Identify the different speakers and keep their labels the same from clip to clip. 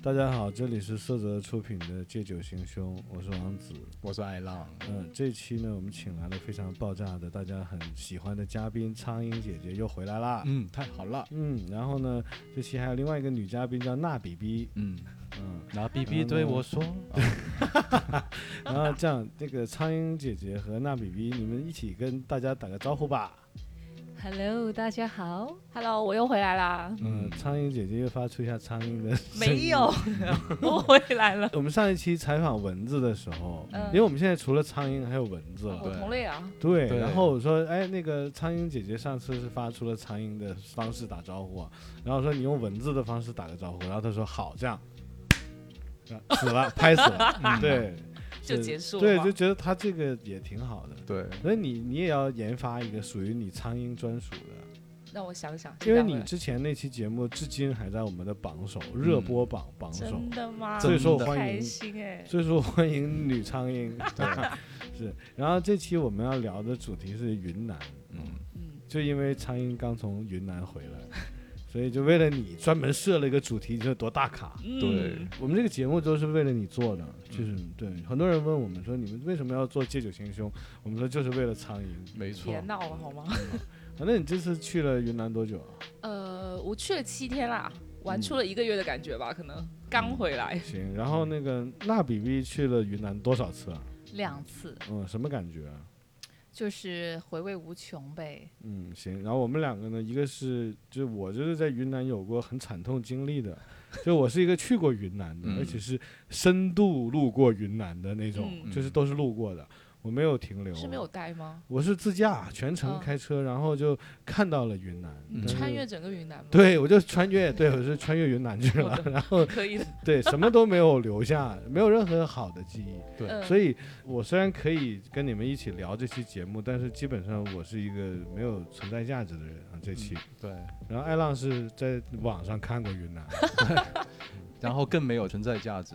Speaker 1: 大家好，这里是色泽出品的《借酒行凶》，我是王子。
Speaker 2: 我是爱浪，
Speaker 1: 嗯，这期呢，我们请来了非常爆炸的、大家很喜欢的嘉宾，苍蝇姐姐又回来啦。
Speaker 2: 嗯，太好了，
Speaker 1: 嗯，然后呢，这期还有另外一个女嘉宾叫娜比 比，
Speaker 2: 嗯，
Speaker 1: 嗯，
Speaker 2: 拿 B B 对我说，啊
Speaker 1: 然后这样，这个苍蝇姐姐和娜比比，你们一起跟大家打个招呼吧。
Speaker 3: Hello，大家好。Hello，我又回来啦。
Speaker 1: 嗯，
Speaker 2: 嗯
Speaker 1: 苍蝇姐姐又发出一下苍蝇的声音
Speaker 3: 没有，我回来了。
Speaker 1: 我们上一期采访蚊子的时候，
Speaker 3: 嗯
Speaker 1: 因为我们现在除了苍蝇还有蚊子了
Speaker 3: 我，同类啊，
Speaker 1: 对。
Speaker 2: 对
Speaker 1: 然后我说，哎，那个苍蝇姐姐上次是发出了苍蝇的方式打招呼啊，然后说你用蚊子的方式打个招呼，然后她说好，这样，然后死了，拍死 了，对，
Speaker 3: 就是结束了
Speaker 1: 对，
Speaker 3: 吗
Speaker 1: 就觉得她这个也挺好的。
Speaker 2: 对，
Speaker 1: 所以你你也要研发一个属于你苍蝇专属的，
Speaker 3: 让我想想。
Speaker 1: 因为
Speaker 3: 这
Speaker 1: 你
Speaker 3: 两个
Speaker 1: 之前那期节目至今还在我们的榜首，热播榜榜首。
Speaker 3: 嗯真的吗？
Speaker 1: 所以说我
Speaker 2: 真的
Speaker 1: 欢迎
Speaker 3: 开心哎、
Speaker 1: 所以说欢迎女苍蝇，
Speaker 2: 对，
Speaker 1: 是。然后这期我们要聊的主题是云南，
Speaker 2: 嗯，
Speaker 3: 嗯，
Speaker 1: 就因为苍蝇刚从云南回来， 所以就为了你专门设了一个主题，就是多大卡。
Speaker 3: 嗯
Speaker 2: 对，
Speaker 1: 我们这个节目都是为了你做的，就是对很多人问我们说你们为什么要做借酒行凶，我们说就是为了苍蝇。
Speaker 2: 没错
Speaker 3: 别，闹了好吗？
Speaker 1: 反正你这次去了云南多久啊？
Speaker 3: 呃，我去了七天啦，玩出了一个月的感觉吧，可能刚回来
Speaker 1: 行，然后那个娜比比去了云南多少次啊？
Speaker 4: 两次，
Speaker 1: 嗯，什么感觉啊？
Speaker 4: 就是回味无穷呗。
Speaker 1: 嗯，行。然后我们两个呢，一个是就我就是在云南有过很惨痛经历的，就我是一个去过云南的，
Speaker 2: 嗯
Speaker 1: 而且是深度路过云南的那种，
Speaker 3: 嗯
Speaker 1: 就是都是路过的，我没有停留。
Speaker 3: 是没有。待吗？
Speaker 1: 我是自驾，全程
Speaker 3: 哦
Speaker 1: 开车，然后就看到了云南，
Speaker 3: 你
Speaker 1: 但是
Speaker 3: 穿越。整个云南吗？，
Speaker 1: 嗯对，我就穿越，对我是穿越云南去 了，然后
Speaker 3: 可以的。
Speaker 1: 对什么都没有留下，没有任何好的记忆。
Speaker 2: 对
Speaker 3: 嗯、
Speaker 1: 所以，我虽然可以跟你们一起聊这期节目，但是基本上我是一个没有存在价值的人啊。这期，
Speaker 3: 嗯
Speaker 2: 对，
Speaker 1: 然后艾浪是在网上看过云南，
Speaker 2: 然后更没有存在价值，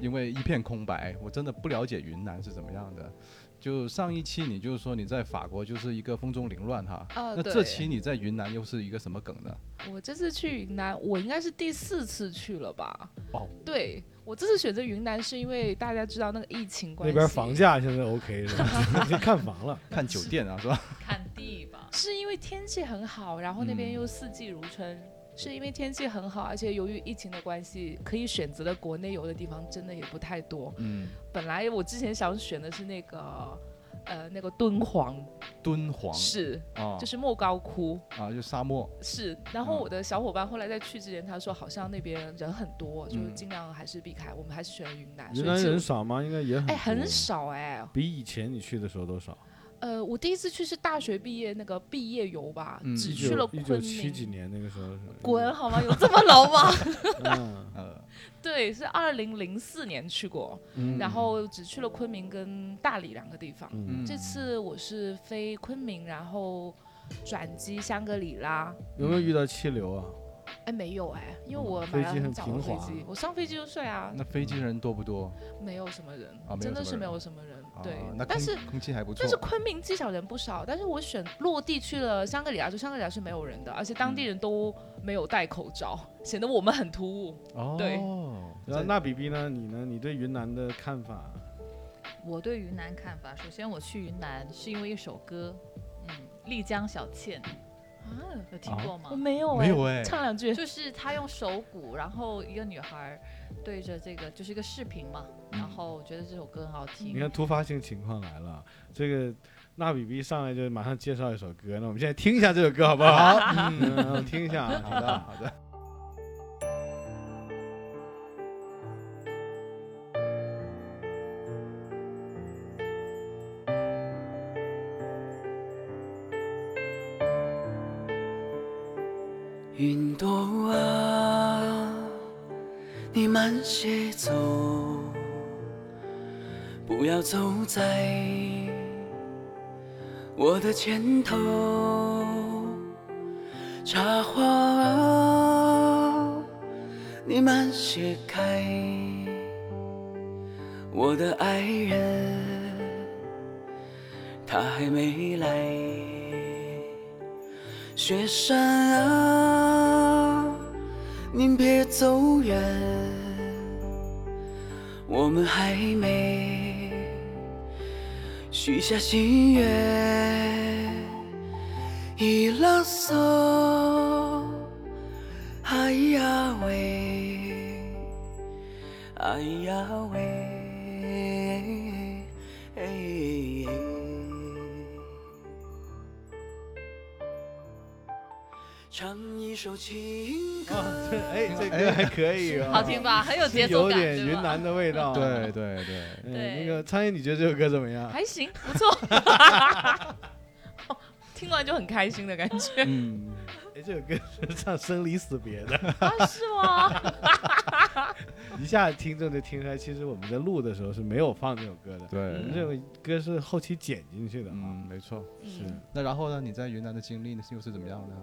Speaker 2: 因为一片空白，我真的不了解云南是怎么样的。就上一期你就是说你在法国就是一个风中凌乱哈，
Speaker 3: 啊
Speaker 2: 那
Speaker 3: 对
Speaker 2: 这期你在云南又是一个什么梗呢？
Speaker 3: 我这次去云南，我应该是第四次去了吧？
Speaker 2: 哦，
Speaker 3: 对我这次选择云南是因为大家知道那个疫情关
Speaker 1: 那
Speaker 3: 系，
Speaker 1: 边房价现在 OK 是 吧？去看房了，
Speaker 2: 看酒店啊是吧？
Speaker 4: 看地吧，
Speaker 3: 是因为天气很好，然后那边
Speaker 2: 嗯
Speaker 3: 又四季如春。是因为天气很好，而且由于疫情的关系，可以选择的国内游的地方真的也不太多。
Speaker 2: 嗯，
Speaker 3: 本来我之前想选的是那个，呃，那个敦煌，
Speaker 2: 敦煌
Speaker 3: 是，
Speaker 2: 啊
Speaker 3: 就是莫高窟，
Speaker 2: 啊就沙漠，
Speaker 3: 是。然后
Speaker 2: 嗯
Speaker 3: 我的小伙伴后来在去之前，他说好像那边人很多，就
Speaker 2: 嗯
Speaker 3: 尽量还是避开。我们还是选了云南。
Speaker 1: 云
Speaker 3: 所以
Speaker 1: 南
Speaker 3: 其实
Speaker 1: 人少吗？应该也很
Speaker 3: 哎，
Speaker 1: 多
Speaker 3: 很，少哎、
Speaker 1: 比以前你去的时候都少。
Speaker 3: 呃，我第一次去是大学毕业那个毕业游吧，
Speaker 2: 嗯
Speaker 3: 只
Speaker 1: 一
Speaker 3: 去了
Speaker 1: 九一九
Speaker 3: 昆
Speaker 1: 七几
Speaker 3: 明。
Speaker 1: 年那个时候是，
Speaker 3: 滚好吗？有这么老吗？
Speaker 1: 嗯
Speaker 2: 呃，
Speaker 3: 对，是二零零四年去过，
Speaker 1: 嗯
Speaker 3: 然后只去了昆明跟大理两个地方。
Speaker 1: 嗯，
Speaker 3: 这次我是飞昆明，然后转机香格里拉。
Speaker 1: 有没有遇到气流啊？
Speaker 3: 哎，没有哎，因为
Speaker 1: 嗯
Speaker 3: 我
Speaker 1: 飞
Speaker 3: 买了
Speaker 1: 机很
Speaker 3: 很早的
Speaker 1: 平
Speaker 3: 飞
Speaker 1: 滑
Speaker 3: 机，我上飞机就睡啊，
Speaker 2: 那飞机人多不多？
Speaker 3: 没有什么人，
Speaker 2: 啊没有
Speaker 3: 真的
Speaker 2: 什么
Speaker 3: 是没
Speaker 2: 人
Speaker 3: 有什么人。
Speaker 2: 啊
Speaker 3: 对，
Speaker 1: 哦
Speaker 2: 那
Speaker 3: 但
Speaker 2: 空
Speaker 3: 是
Speaker 2: 空气还不错，
Speaker 3: 但是昆明机场人不少，但是我选落地去了香格里拉，就香格里拉是没有人的，而且当地人都没有戴口罩，显得我们很突兀。
Speaker 2: 哦，
Speaker 3: 对
Speaker 1: 然后那比比呢？你呢？你对云南的看法？
Speaker 4: 我对云南看法，首先我去云南是因为一首歌，嗯，丽江小倩
Speaker 3: 啊，
Speaker 4: 有
Speaker 1: 哦
Speaker 4: 听过吗？
Speaker 3: 我没有、
Speaker 2: 没有哎
Speaker 3: 唱两句。
Speaker 4: 就是她用手鼓，然后一个女孩对着这个，就是一个视频嘛，
Speaker 2: 嗯
Speaker 4: 然后我觉得这首歌很好
Speaker 1: 你
Speaker 4: 听。
Speaker 1: 看突发性情况来了，这个娜比比上来就马上介绍一首歌，那我们现在听一下这首歌好不好？嗯，我听一下啊。
Speaker 2: 好的好的。
Speaker 5: 云朵啊，你慢些走，不要走在我的前头。茶花啊，你慢些开，我的爱人，他还没来。雪山啊，您别走远，我们还没许下心愿，伊拉索，哎呀喂，哎呀喂。哎唱一首情歌。
Speaker 1: 啊，这哎，这歌还可以啊，
Speaker 4: 好听吧，很有节
Speaker 1: 是
Speaker 4: 奏
Speaker 1: 有
Speaker 4: 感，
Speaker 1: 点
Speaker 4: 对
Speaker 1: 云
Speaker 4: 吧
Speaker 1: 南的味道。啊
Speaker 2: 对对对，
Speaker 1: 嗯，那
Speaker 4: 对
Speaker 1: 个苍蝇，你觉得这首歌怎么样？
Speaker 3: 还行，不错，听完就很开心的感觉
Speaker 2: 嗯，
Speaker 1: 哎，这首歌是唱生离死别的，
Speaker 3: 啊，是吗？
Speaker 1: 一下听众就听出来，其实我们在录的时候是没有放这首歌的。我们这
Speaker 2: 对，
Speaker 1: 首歌是后期剪进去的啊。
Speaker 2: 嗯，没错。
Speaker 1: 是
Speaker 3: 嗯
Speaker 2: 那然后呢？你在云南的经历又是怎么样的？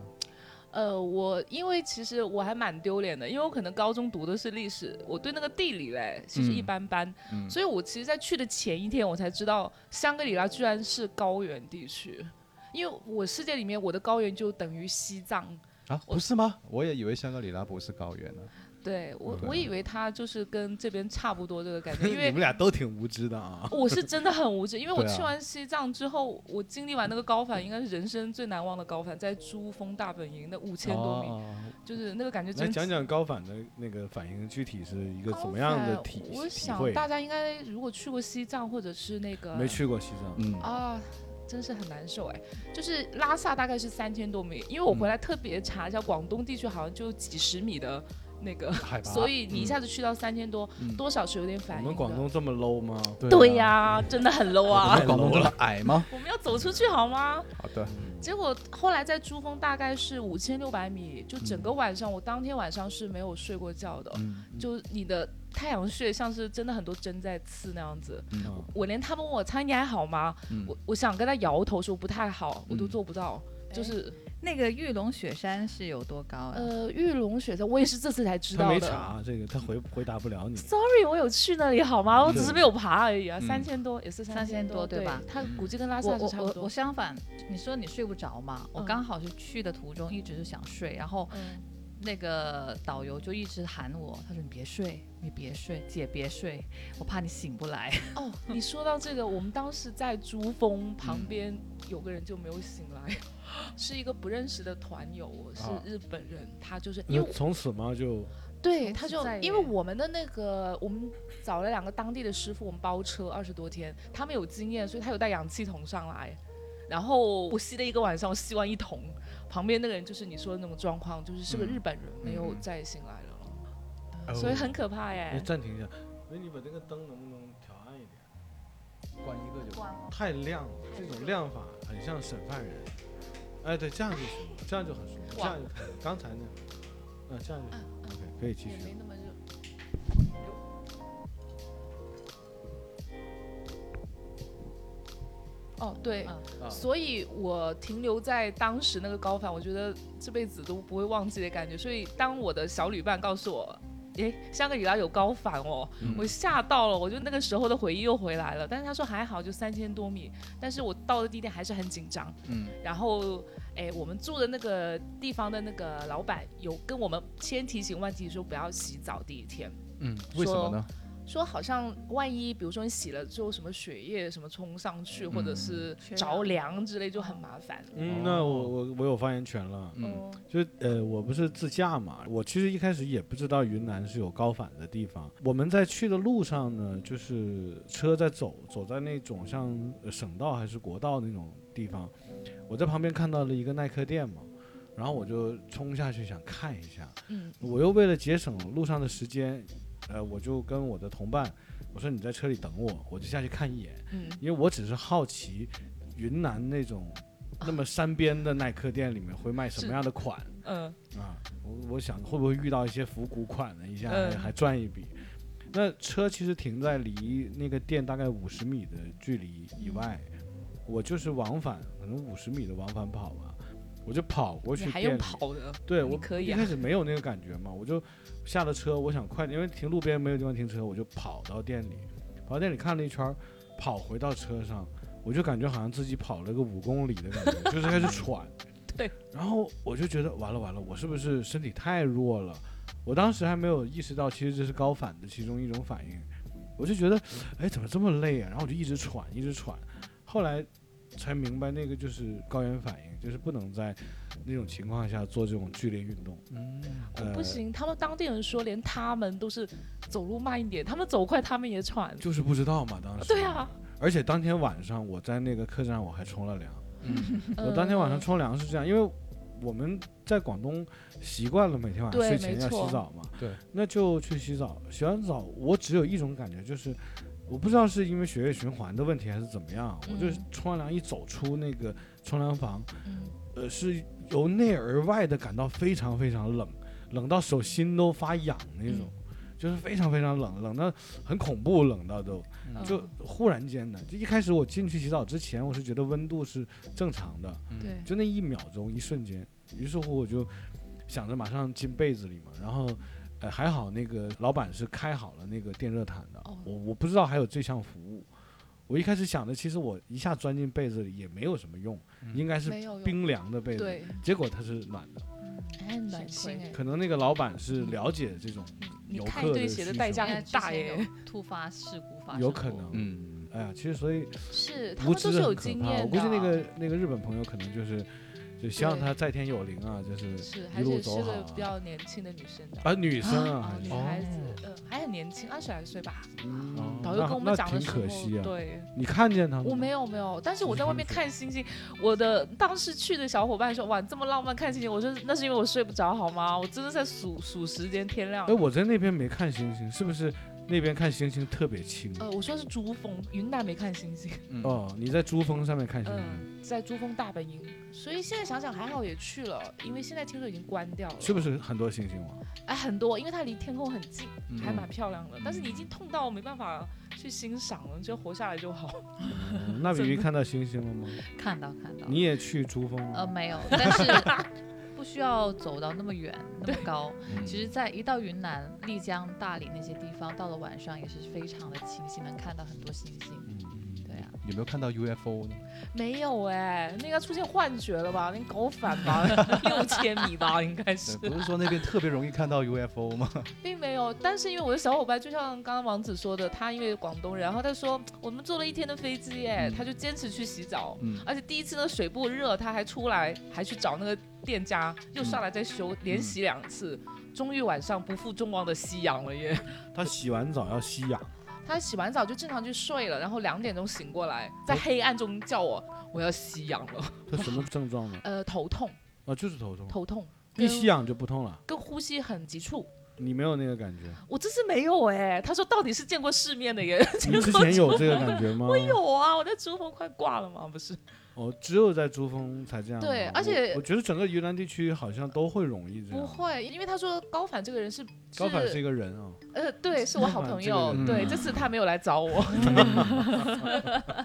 Speaker 3: 呃，我因为其实我还蛮丢脸的，因为我可能高中读的是历史，我对那个地理嘞其实一
Speaker 2: 嗯
Speaker 3: 般般，
Speaker 2: 嗯，
Speaker 3: 所以我其实，在去的前一天，我才知道香格里拉居然是高原地区，因为我世界里面我的高原就等于西藏，
Speaker 2: 啊，不是吗？我也以为香格里拉不是高原呢。
Speaker 3: 对我
Speaker 2: 对
Speaker 3: 我以为它就是跟这边差不多这个感 觉，
Speaker 1: 你
Speaker 3: 嗯因为
Speaker 1: 们俩都挺无知的啊。
Speaker 3: 我是真的很无知，因为我
Speaker 2: 对啊
Speaker 3: 去完西藏之后，我经历完那个高反，应该是人生最难忘的高反，在珠峰大本营那五千多米，啊
Speaker 2: 哦
Speaker 3: 就是那个感觉
Speaker 1: 来
Speaker 3: 真
Speaker 1: 讲讲高反的那个反应，具体是一个
Speaker 3: 高
Speaker 1: 怎么样的
Speaker 3: 反
Speaker 1: 体
Speaker 3: 啊我
Speaker 1: 体
Speaker 3: 想
Speaker 1: 会？
Speaker 3: 大家应该如果去过西藏或者是那个
Speaker 1: 没去过西藏，
Speaker 2: 嗯，
Speaker 3: 啊，真是很难受哎。就是拉萨大概是三千多米，因为我回来
Speaker 2: 嗯
Speaker 3: 特别查一下，广东地区好像就几十米的那 个，
Speaker 2: 海拔。
Speaker 3: 所以你一
Speaker 2: 嗯
Speaker 3: 下子去到三千多，
Speaker 2: 嗯
Speaker 3: 多少是有点反
Speaker 1: 我
Speaker 3: 应的。啊
Speaker 1: 们广东这么 low 吗？
Speaker 3: 对
Speaker 2: 啊
Speaker 3: 呀、真的很 low
Speaker 2: 我
Speaker 3: 啊
Speaker 2: 们！广东这么矮吗？
Speaker 3: 我们要走出去好吗？
Speaker 2: 好的，
Speaker 3: 结果后来在珠峰大概是五千六百米，就整个晚上，我当天晚上是没有睡过觉的，
Speaker 2: 嗯
Speaker 3: 就你的太阳穴像是真的很多针在刺那样子。
Speaker 1: 啊
Speaker 3: 我连他们问我苍蝇你还好吗？
Speaker 2: 嗯
Speaker 3: 我我想跟他摇头说不太好，我都
Speaker 2: 嗯
Speaker 3: 做不到。
Speaker 4: 哎
Speaker 3: 就是
Speaker 4: 那个玉龙雪山是有多高
Speaker 2: 哎
Speaker 4: 啊？
Speaker 3: 呃，玉龙雪山，我也是这次才知
Speaker 1: 他
Speaker 3: 道
Speaker 1: 没
Speaker 3: 的。
Speaker 1: 查这个，他回回答不了你。
Speaker 3: Sorry，我有去那里好吗？我只是
Speaker 2: 嗯
Speaker 3: 没有爬而已啊，
Speaker 2: 嗯
Speaker 3: 三千多也是
Speaker 4: 三千
Speaker 3: 千
Speaker 4: 多对
Speaker 3: 对
Speaker 4: 吧？
Speaker 3: 它
Speaker 2: 嗯
Speaker 3: 估计跟拉
Speaker 4: 我
Speaker 3: 萨是
Speaker 4: 我
Speaker 3: 差不
Speaker 4: 我我
Speaker 3: 多。
Speaker 4: 相反，你说你睡不着嘛？我
Speaker 3: 嗯
Speaker 4: 刚好是去的途中一直是想睡，然后
Speaker 3: 嗯
Speaker 4: 那个导游就一直喊我，他说你别睡，你别睡，姐别睡，我怕你醒不来。
Speaker 3: 哦，你说到这个，我们当时在珠峰旁边有个人就没有醒来，是一个不认识的团友，是
Speaker 2: 嗯啊
Speaker 3: 日本人，他就是因
Speaker 1: 那
Speaker 3: 为我
Speaker 1: 从此嘛就
Speaker 3: 对
Speaker 4: 从
Speaker 3: 他
Speaker 4: 此
Speaker 3: 就
Speaker 4: 再
Speaker 3: 因为
Speaker 4: 也
Speaker 3: 我们的那个我们找了两个当地的师傅，我们包车二十多天，他们有经验，所以他有带氧气筒上来，然后我吸了一个晚上，我吸完一桶，旁边那个人就是你说的那种状况，就是是个
Speaker 2: 嗯
Speaker 3: 日本人，没有
Speaker 2: 嗯
Speaker 3: 再醒来了，
Speaker 1: 哦
Speaker 3: 所以很可怕
Speaker 1: 哎
Speaker 3: 耶。
Speaker 1: 暂停一下，那你把这个灯能不能调暗一点？
Speaker 2: 关一个就行。
Speaker 1: 太亮了，这种亮法很像审犯人。哎，对，这样就行了，这样就很舒服，这
Speaker 3: 哇
Speaker 1: 样就可以了。刚才那个，嗯，这样就行
Speaker 3: 嗯嗯
Speaker 1: OK，可以继
Speaker 3: 也
Speaker 1: 续
Speaker 3: 没。那么热。哦，对，
Speaker 4: 嗯
Speaker 2: 啊
Speaker 3: 所以我停留在当时那个高反，我觉得这辈子都不会忘记的感觉。所以当我的小旅伴告诉我，诶，香格里拉有高反哦，
Speaker 2: 嗯
Speaker 3: 我吓到了，我就那个时候的回忆又回来了。但是他说还好，就三千多米，但是我到的地点还是很紧张。
Speaker 2: 嗯
Speaker 3: 然后，哎，我们住的那个地方的那个老板有跟我们千提醒万提醒说不要洗澡第一天，
Speaker 2: 嗯，为什么呢？
Speaker 3: 说好像万一比如说你洗了之后什么血液什么冲上去，或者是
Speaker 4: 缺氧
Speaker 3: 着凉之类就很麻烦。
Speaker 1: 嗯，那我我我有发言权了。
Speaker 3: 哦
Speaker 2: 嗯
Speaker 1: 就呃，我不是自驾嘛，我其实一开始也不知道云南是有高反的地方。我们在去的路上呢，就是车在走，走在那种像呃省道还是国道那种地方，我在旁边看到了一个耐克店嘛，然后我就冲下去想看一下，
Speaker 3: 嗯
Speaker 1: 我又为了节省路上的时间，呃，我就跟我的同伴我说你在车里等我，我就下去看一眼，
Speaker 3: 嗯
Speaker 1: 因为我只是好奇云南那种那么山边的耐克店里面会卖什么
Speaker 3: 是
Speaker 1: 样的款。
Speaker 3: 嗯
Speaker 1: 啊，我我想会不会遇到一些复古款的，一下还,、
Speaker 3: 嗯
Speaker 1: 还赚一笔。那车其实停在离那个店大概五十米的距离以外，
Speaker 3: 嗯
Speaker 1: 我就是往返，可能五十米的往返跑吧，我就跑过
Speaker 3: 你
Speaker 1: 去
Speaker 3: 还
Speaker 1: 店
Speaker 3: 用
Speaker 1: 里。
Speaker 3: 跑的？
Speaker 1: 对
Speaker 3: 你
Speaker 1: 我
Speaker 3: 可以
Speaker 1: 一
Speaker 3: 啊
Speaker 1: 开始没有那个感觉嘛，我就下了车，我想快点，因为停路边没有地方停车，我就跑到店里，跑到店里看了一圈儿，跑回到车上，我就感觉好像自己跑了个五公里的感觉，就是开始喘。
Speaker 3: 对。
Speaker 1: 然后我就觉得完了完了，我是不是身体太弱了？我当时还没有意识到，其实这是高反的其中一种反应。我就觉得，哎，怎么这么累啊？然后我就一直喘，一直喘，后来才明白那个就是高原反应，就是不能在那种情况下做这种剧烈运动。
Speaker 2: 嗯，
Speaker 1: 呃，
Speaker 3: 不行，他们当地人说，连他们都是走路慢一点，他们走快，他们也喘。
Speaker 1: 就是不知道嘛，当时。
Speaker 3: 对。啊，
Speaker 1: 而且当天晚上我在那个客栈我还冲了凉。我
Speaker 3: 呃
Speaker 1: 当天晚上冲凉是这样，因为我们在广东习惯了每天晚上
Speaker 3: 对
Speaker 1: 睡前
Speaker 3: 没
Speaker 1: 要洗
Speaker 3: 错
Speaker 1: 澡嘛，
Speaker 2: 对，
Speaker 1: 那就去洗澡。洗完澡，我只有一种感觉，就是我不知道是因为血液循环的问题还是怎么样，我就是
Speaker 3: 嗯
Speaker 1: 冲完凉一走出那个冲凉房，
Speaker 3: 嗯
Speaker 1: 呃，是由内而外的感到非常非常冷，冷到手心都发痒那
Speaker 3: 嗯
Speaker 1: 种。就是非常非常冷，冷到很恐怖，冷到都
Speaker 2: 嗯
Speaker 1: 就忽然间的。就一开始我进去洗澡之前，我是觉得温度是正常的，
Speaker 2: 嗯
Speaker 3: 对，
Speaker 1: 就那一秒钟，一瞬间，于是乎我就想着马上进被子里嘛，然后。呃，还好那个老板是开好了那个电热毯的，
Speaker 3: 哦
Speaker 1: 我我不知道还有这项服务。我一开始想着，其实我一下钻进被子里也没有什么用，应该是
Speaker 3: 没有用
Speaker 1: 冰凉的被子，
Speaker 3: 对，
Speaker 1: 结果它是暖的。
Speaker 3: 哎，暖
Speaker 4: 幸
Speaker 3: 心
Speaker 4: 亏
Speaker 3: 哎。
Speaker 1: 可能那个老板是了解这种
Speaker 3: 你
Speaker 1: 游
Speaker 3: 看
Speaker 1: 客
Speaker 3: 对
Speaker 1: 的
Speaker 3: 鞋的
Speaker 1: 需
Speaker 3: 代
Speaker 1: 求
Speaker 3: 价
Speaker 4: 应该
Speaker 3: 很
Speaker 4: 之
Speaker 3: 大
Speaker 4: 前
Speaker 3: 耶
Speaker 4: 有突发事故发生
Speaker 1: 有可
Speaker 4: 过
Speaker 1: 能
Speaker 2: 嗯，
Speaker 1: 哎呀，其实所以
Speaker 3: 是，他
Speaker 1: 无
Speaker 3: 们都
Speaker 1: 知
Speaker 3: 是
Speaker 1: 很
Speaker 3: 有
Speaker 1: 可
Speaker 3: 经
Speaker 1: 怕
Speaker 3: 验的。啊
Speaker 1: 我估计那个那个日本朋友可能就是，就希望
Speaker 3: 对
Speaker 1: 他在天有灵啊，就是
Speaker 3: 是
Speaker 1: 一
Speaker 3: 还
Speaker 1: 路
Speaker 3: 是
Speaker 1: 走
Speaker 3: 是
Speaker 1: 好
Speaker 3: 个
Speaker 1: 啊
Speaker 3: 比较年轻的女生的。
Speaker 1: 啊女生啊，
Speaker 3: 啊
Speaker 1: 还，
Speaker 3: 女
Speaker 1: 是
Speaker 2: 哦
Speaker 3: 孩子，嗯，还很年轻，二十来岁吧。
Speaker 1: 嗯
Speaker 3: 导游
Speaker 1: 那
Speaker 3: 跟我
Speaker 1: 那
Speaker 3: 们讲的
Speaker 1: 挺
Speaker 3: 时
Speaker 1: 可
Speaker 3: 候，
Speaker 1: 惜啊嗯
Speaker 3: 对，
Speaker 1: 你看见他们？
Speaker 3: 我没有没有，但是我 在外面
Speaker 1: 是
Speaker 3: 看星星，我的当时去的小伙伴说，哇，这么浪漫看星星，我说那是因为我睡不着好吗？我真的在数数时间天亮
Speaker 1: 哎，。我在那边没看星星，是不是那边看星星特别清？
Speaker 3: 呃，我说是珠峰，云南没看星星，
Speaker 2: 嗯
Speaker 1: 哦，你在珠峰上面看星星，
Speaker 3: 嗯，在珠峰大本营，所以现在想想还好也去了，因为现在听说已经关掉了，
Speaker 1: 是不是很多星星 网？
Speaker 3: 哎，很多，因为它离天空很近，
Speaker 2: 嗯
Speaker 3: 还蛮漂亮的，但是你已经痛到没办法去欣赏了，你就活下来就好。
Speaker 1: 嗯那比
Speaker 3: 真
Speaker 1: 比
Speaker 3: 的
Speaker 1: 看到星星了吗？
Speaker 3: 嗯
Speaker 4: 看到看到，
Speaker 1: 你也去珠峰
Speaker 4: 呃
Speaker 1: 了？
Speaker 4: 没有，但是不需要走到那么远那么高。
Speaker 2: 嗯
Speaker 4: 其实，在一到云南、丽江、大理那些地方，到了晚上也是非常的清晰，能看到很多星星。
Speaker 1: 嗯，
Speaker 4: 对啊，
Speaker 2: 有没有看到 UFO 呢？
Speaker 3: 没有哎、那应该出现幻觉了吧？那搞反吧， 六千米吧，应该是
Speaker 2: 对，不是说那边特别容易看到 UFO 吗？
Speaker 3: 并没有。但是因为我的小伙伴，就像刚刚王子说的，他因为广东人，然后他说我们坐了一天的飞机耶、
Speaker 2: 嗯
Speaker 3: 他就坚持去洗澡，
Speaker 2: 嗯
Speaker 3: 而且第一次那个水不热，他还出来还去找那个店家，又上来再修，连洗两次，终于晚上不负众望的吸氧了耶。
Speaker 1: 他洗完澡要吸氧，
Speaker 3: 他洗完澡就正常去睡了，然后两点钟醒过来，
Speaker 1: 哦
Speaker 3: 在黑暗中叫我，我要吸氧了，
Speaker 1: 他什么症状呢？
Speaker 3: 呃，头痛，
Speaker 1: 啊，就是头痛，
Speaker 3: 头痛。
Speaker 1: 一吸氧就不痛了，
Speaker 3: 跟呼吸很急促。
Speaker 1: 你没有那个感 觉？
Speaker 3: 我这次没有哎、他说到底是见过世面的耶。
Speaker 1: 你嗯之前有这个感觉吗？我有
Speaker 3: 有啊， 我在珠峰快挂了嘛，不是？
Speaker 1: 哦，只有在珠峰才这样吗。
Speaker 3: 对
Speaker 1: 我
Speaker 3: 而且
Speaker 1: 我觉得整个云南地区好像都会容易这样。
Speaker 3: 不，会，因为他说高反这个人是
Speaker 1: 高反是一个人啊，
Speaker 3: 呃，对，是我好朋友
Speaker 1: 高反。
Speaker 2: 这个人
Speaker 3: 对，这次他没有来找我，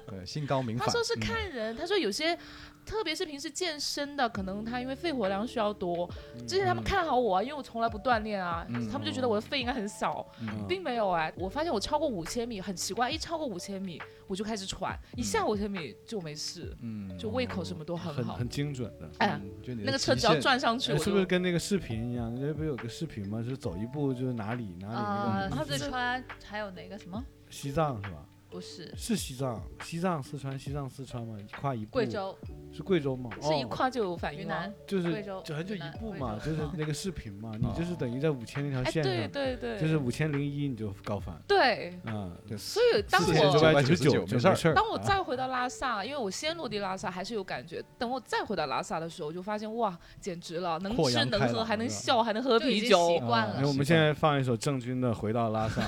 Speaker 2: 对，心高明反。嗯
Speaker 3: 他说
Speaker 1: 嗯
Speaker 3: 是看人，他说有些。特别是平时健身的，可能他因为肺活量需要多。
Speaker 1: 嗯
Speaker 3: 之前他们看好我啊，因为我从来不锻炼啊，
Speaker 2: 嗯
Speaker 3: 他们就觉得我的肺应该很小，
Speaker 1: 嗯
Speaker 3: 并没有哎。我发现我超过五千米很奇怪，一超过五千米我就开始喘，一下五千米就没事，
Speaker 2: 嗯，嗯
Speaker 3: 就胃口什么都
Speaker 1: 嗯很
Speaker 3: 很好。
Speaker 1: 很精准的。
Speaker 3: 哎，
Speaker 2: 就你的
Speaker 3: 那个
Speaker 2: 极
Speaker 3: 车只要
Speaker 2: 限，
Speaker 3: 转上去，
Speaker 1: 哎
Speaker 3: 我
Speaker 1: 是不是
Speaker 3: 就
Speaker 1: 跟那个视频一样？那不是有个视频吗？就是走一步就是哪里哪里
Speaker 4: 啊
Speaker 1: 那，个
Speaker 4: 他们川还有哪个什么？
Speaker 1: 西藏是吧？
Speaker 4: 不是
Speaker 1: 是西藏，西藏四川，西藏四川嘛，跨一步。
Speaker 4: 贵州、
Speaker 1: 是贵州吗？
Speaker 3: 是一
Speaker 1: 哦，
Speaker 3: 跨就有反
Speaker 4: 云
Speaker 3: 应吗
Speaker 4: 南？、
Speaker 1: 就是
Speaker 4: 贵州
Speaker 1: 就很久
Speaker 4: 云南
Speaker 1: 一步
Speaker 4: 贵
Speaker 1: 嘛，
Speaker 4: 州
Speaker 1: 就是
Speaker 4: 嗯
Speaker 1: 那个视频嘛，你就是等于在五千那条
Speaker 3: 啊哎，
Speaker 1: 线
Speaker 3: 对
Speaker 1: 上，
Speaker 3: 对对，
Speaker 1: 就是五千零一你就高反，
Speaker 3: 对。
Speaker 1: 嗯，
Speaker 2: 对
Speaker 3: 所以当
Speaker 1: 四
Speaker 2: 4900
Speaker 1: 千九
Speaker 3: 我
Speaker 1: 百九十
Speaker 2: 4999
Speaker 1: 就
Speaker 2: 没事儿
Speaker 1: 事儿。
Speaker 3: 当我
Speaker 1: 啊
Speaker 3: 再回到拉萨，因为我先落地拉萨还是有感觉，等我再回到拉萨的时候，我就发现哇，简直了，能
Speaker 2: 阔
Speaker 3: 吃
Speaker 2: 阳
Speaker 3: 能
Speaker 2: 开
Speaker 3: 喝，
Speaker 2: 朗
Speaker 3: 还能
Speaker 2: 是吧
Speaker 3: 笑，还能喝
Speaker 4: 就已
Speaker 3: 啤
Speaker 4: 经
Speaker 3: 酒
Speaker 4: 习。惯
Speaker 2: 啊
Speaker 1: 哎，
Speaker 4: 了。
Speaker 1: 我们现在放一首郑钧的《回到拉萨》，